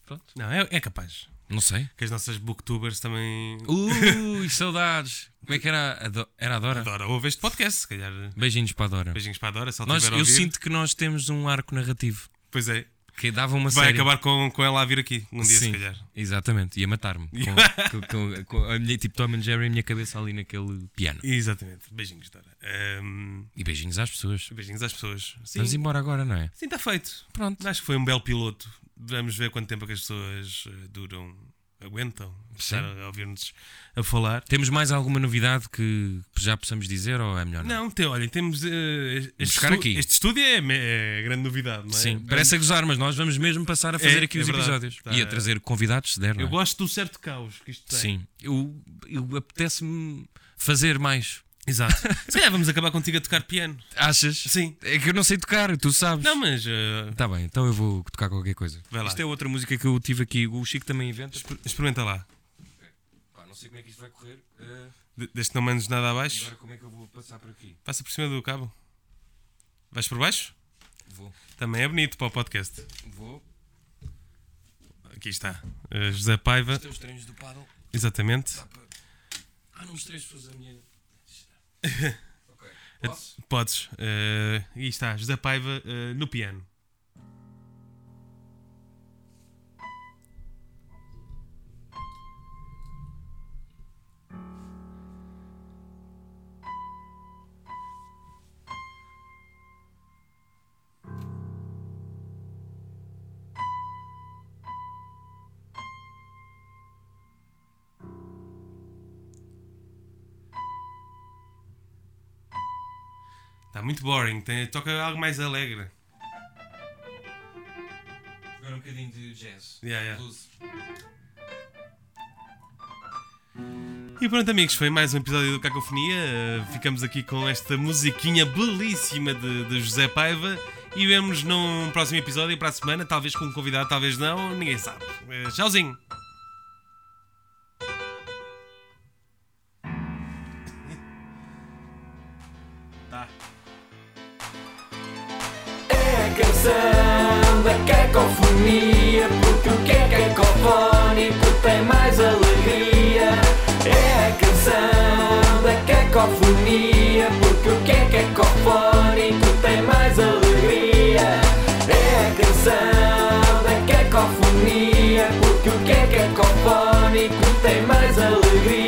Pronto.
Não, é, é capaz.
Não sei.
Que as nossas booktubers também
Ui, saudades. Como é que era a, Do- era a Dora?
adoram. Ouve este podcast, se calhar.
Beijinhos para a Dora.
Beijinhos para a Dora, se ela
Nós,
tiver a
eu
ouvir.
sinto que nós temos um arco narrativo
Pois é.
que dava uma
Vai
série.
acabar com, com ela a vir aqui um dia, se
Sim,
calhar.
Exatamente, ia matar-me com, com- com- com a minha tipo Tom and Jerry, a minha cabeça ali naquele piano.
Exatamente. Beijinhos, Dora. Ahm,
E beijinhos às pessoas.
beijinhos às pessoas. Sim,
Vamos embora agora, não é?
sim, está feito.
Pronto.
Acho que foi um belo piloto. Vamos ver quanto tempo é que as pessoas eh, duram, aguentam, estar a ouvir-nos a falar.
Temos mais alguma novidade que já possamos dizer ou é melhor não?
Não, tem, olhem, temos. eh, este,
buscar
estu-
aqui.
este estúdio é, me- é grande novidade, não é?
Sim, parece a gozar, mas nós vamos mesmo passar a fazer
É,
aqui
é
os
verdade.
episódios
Tá.
e a trazer convidados se der.
Eu
não é?
gosto do certo caos que isto tem.
Sim, eu, eu apetece-me fazer mais.
Exato. Se calhar vamos acabar contigo a tocar piano.
Achas?
Sim.
É que eu não sei tocar, tu sabes.
Não, mas. eh,
Tá bem, então eu vou tocar qualquer coisa.
Vai lá.
Isto é outra música que eu tive aqui. O Chico também inventa.
exper- experimenta lá.
Pá, não sei como é que isto vai correr. eh,
De- Desde que não mandes nada
e
abaixo,
agora como é que eu vou passar por aqui?
passa por cima do cabo. Vais por baixo?
Vou.
Também é bonito para o podcast.
Vou.
Aqui está. Eh, José Paiva,
Isto é os treinos do paddle.
exatamente.
Ah, não mostrei as pessoas a minha. ok. Posso?
Podes. Eh, e está, José Paiva eh, no piano. Está muito boring. Tem- toca algo mais alegre.
Agora um bocadinho de jazz.
Yeah, yeah.
Blues.
E pronto, amigos, foi mais um episódio do Cacofonia. Uh, ficamos aqui com esta musiquinha belíssima de, de José Paiva. E vemos num próximo episódio para a semana, talvez com um convidado, talvez não, ninguém sabe. Uh, tchauzinho! Tá.
É a canção da cacofonia, porque o que é cacofónico tem mais alegria. É a canção da cacofonia, porque o que é cacofónico tem mais alegria. É a canção da cacofonia, porque o que é cacofónico tem mais alegria. É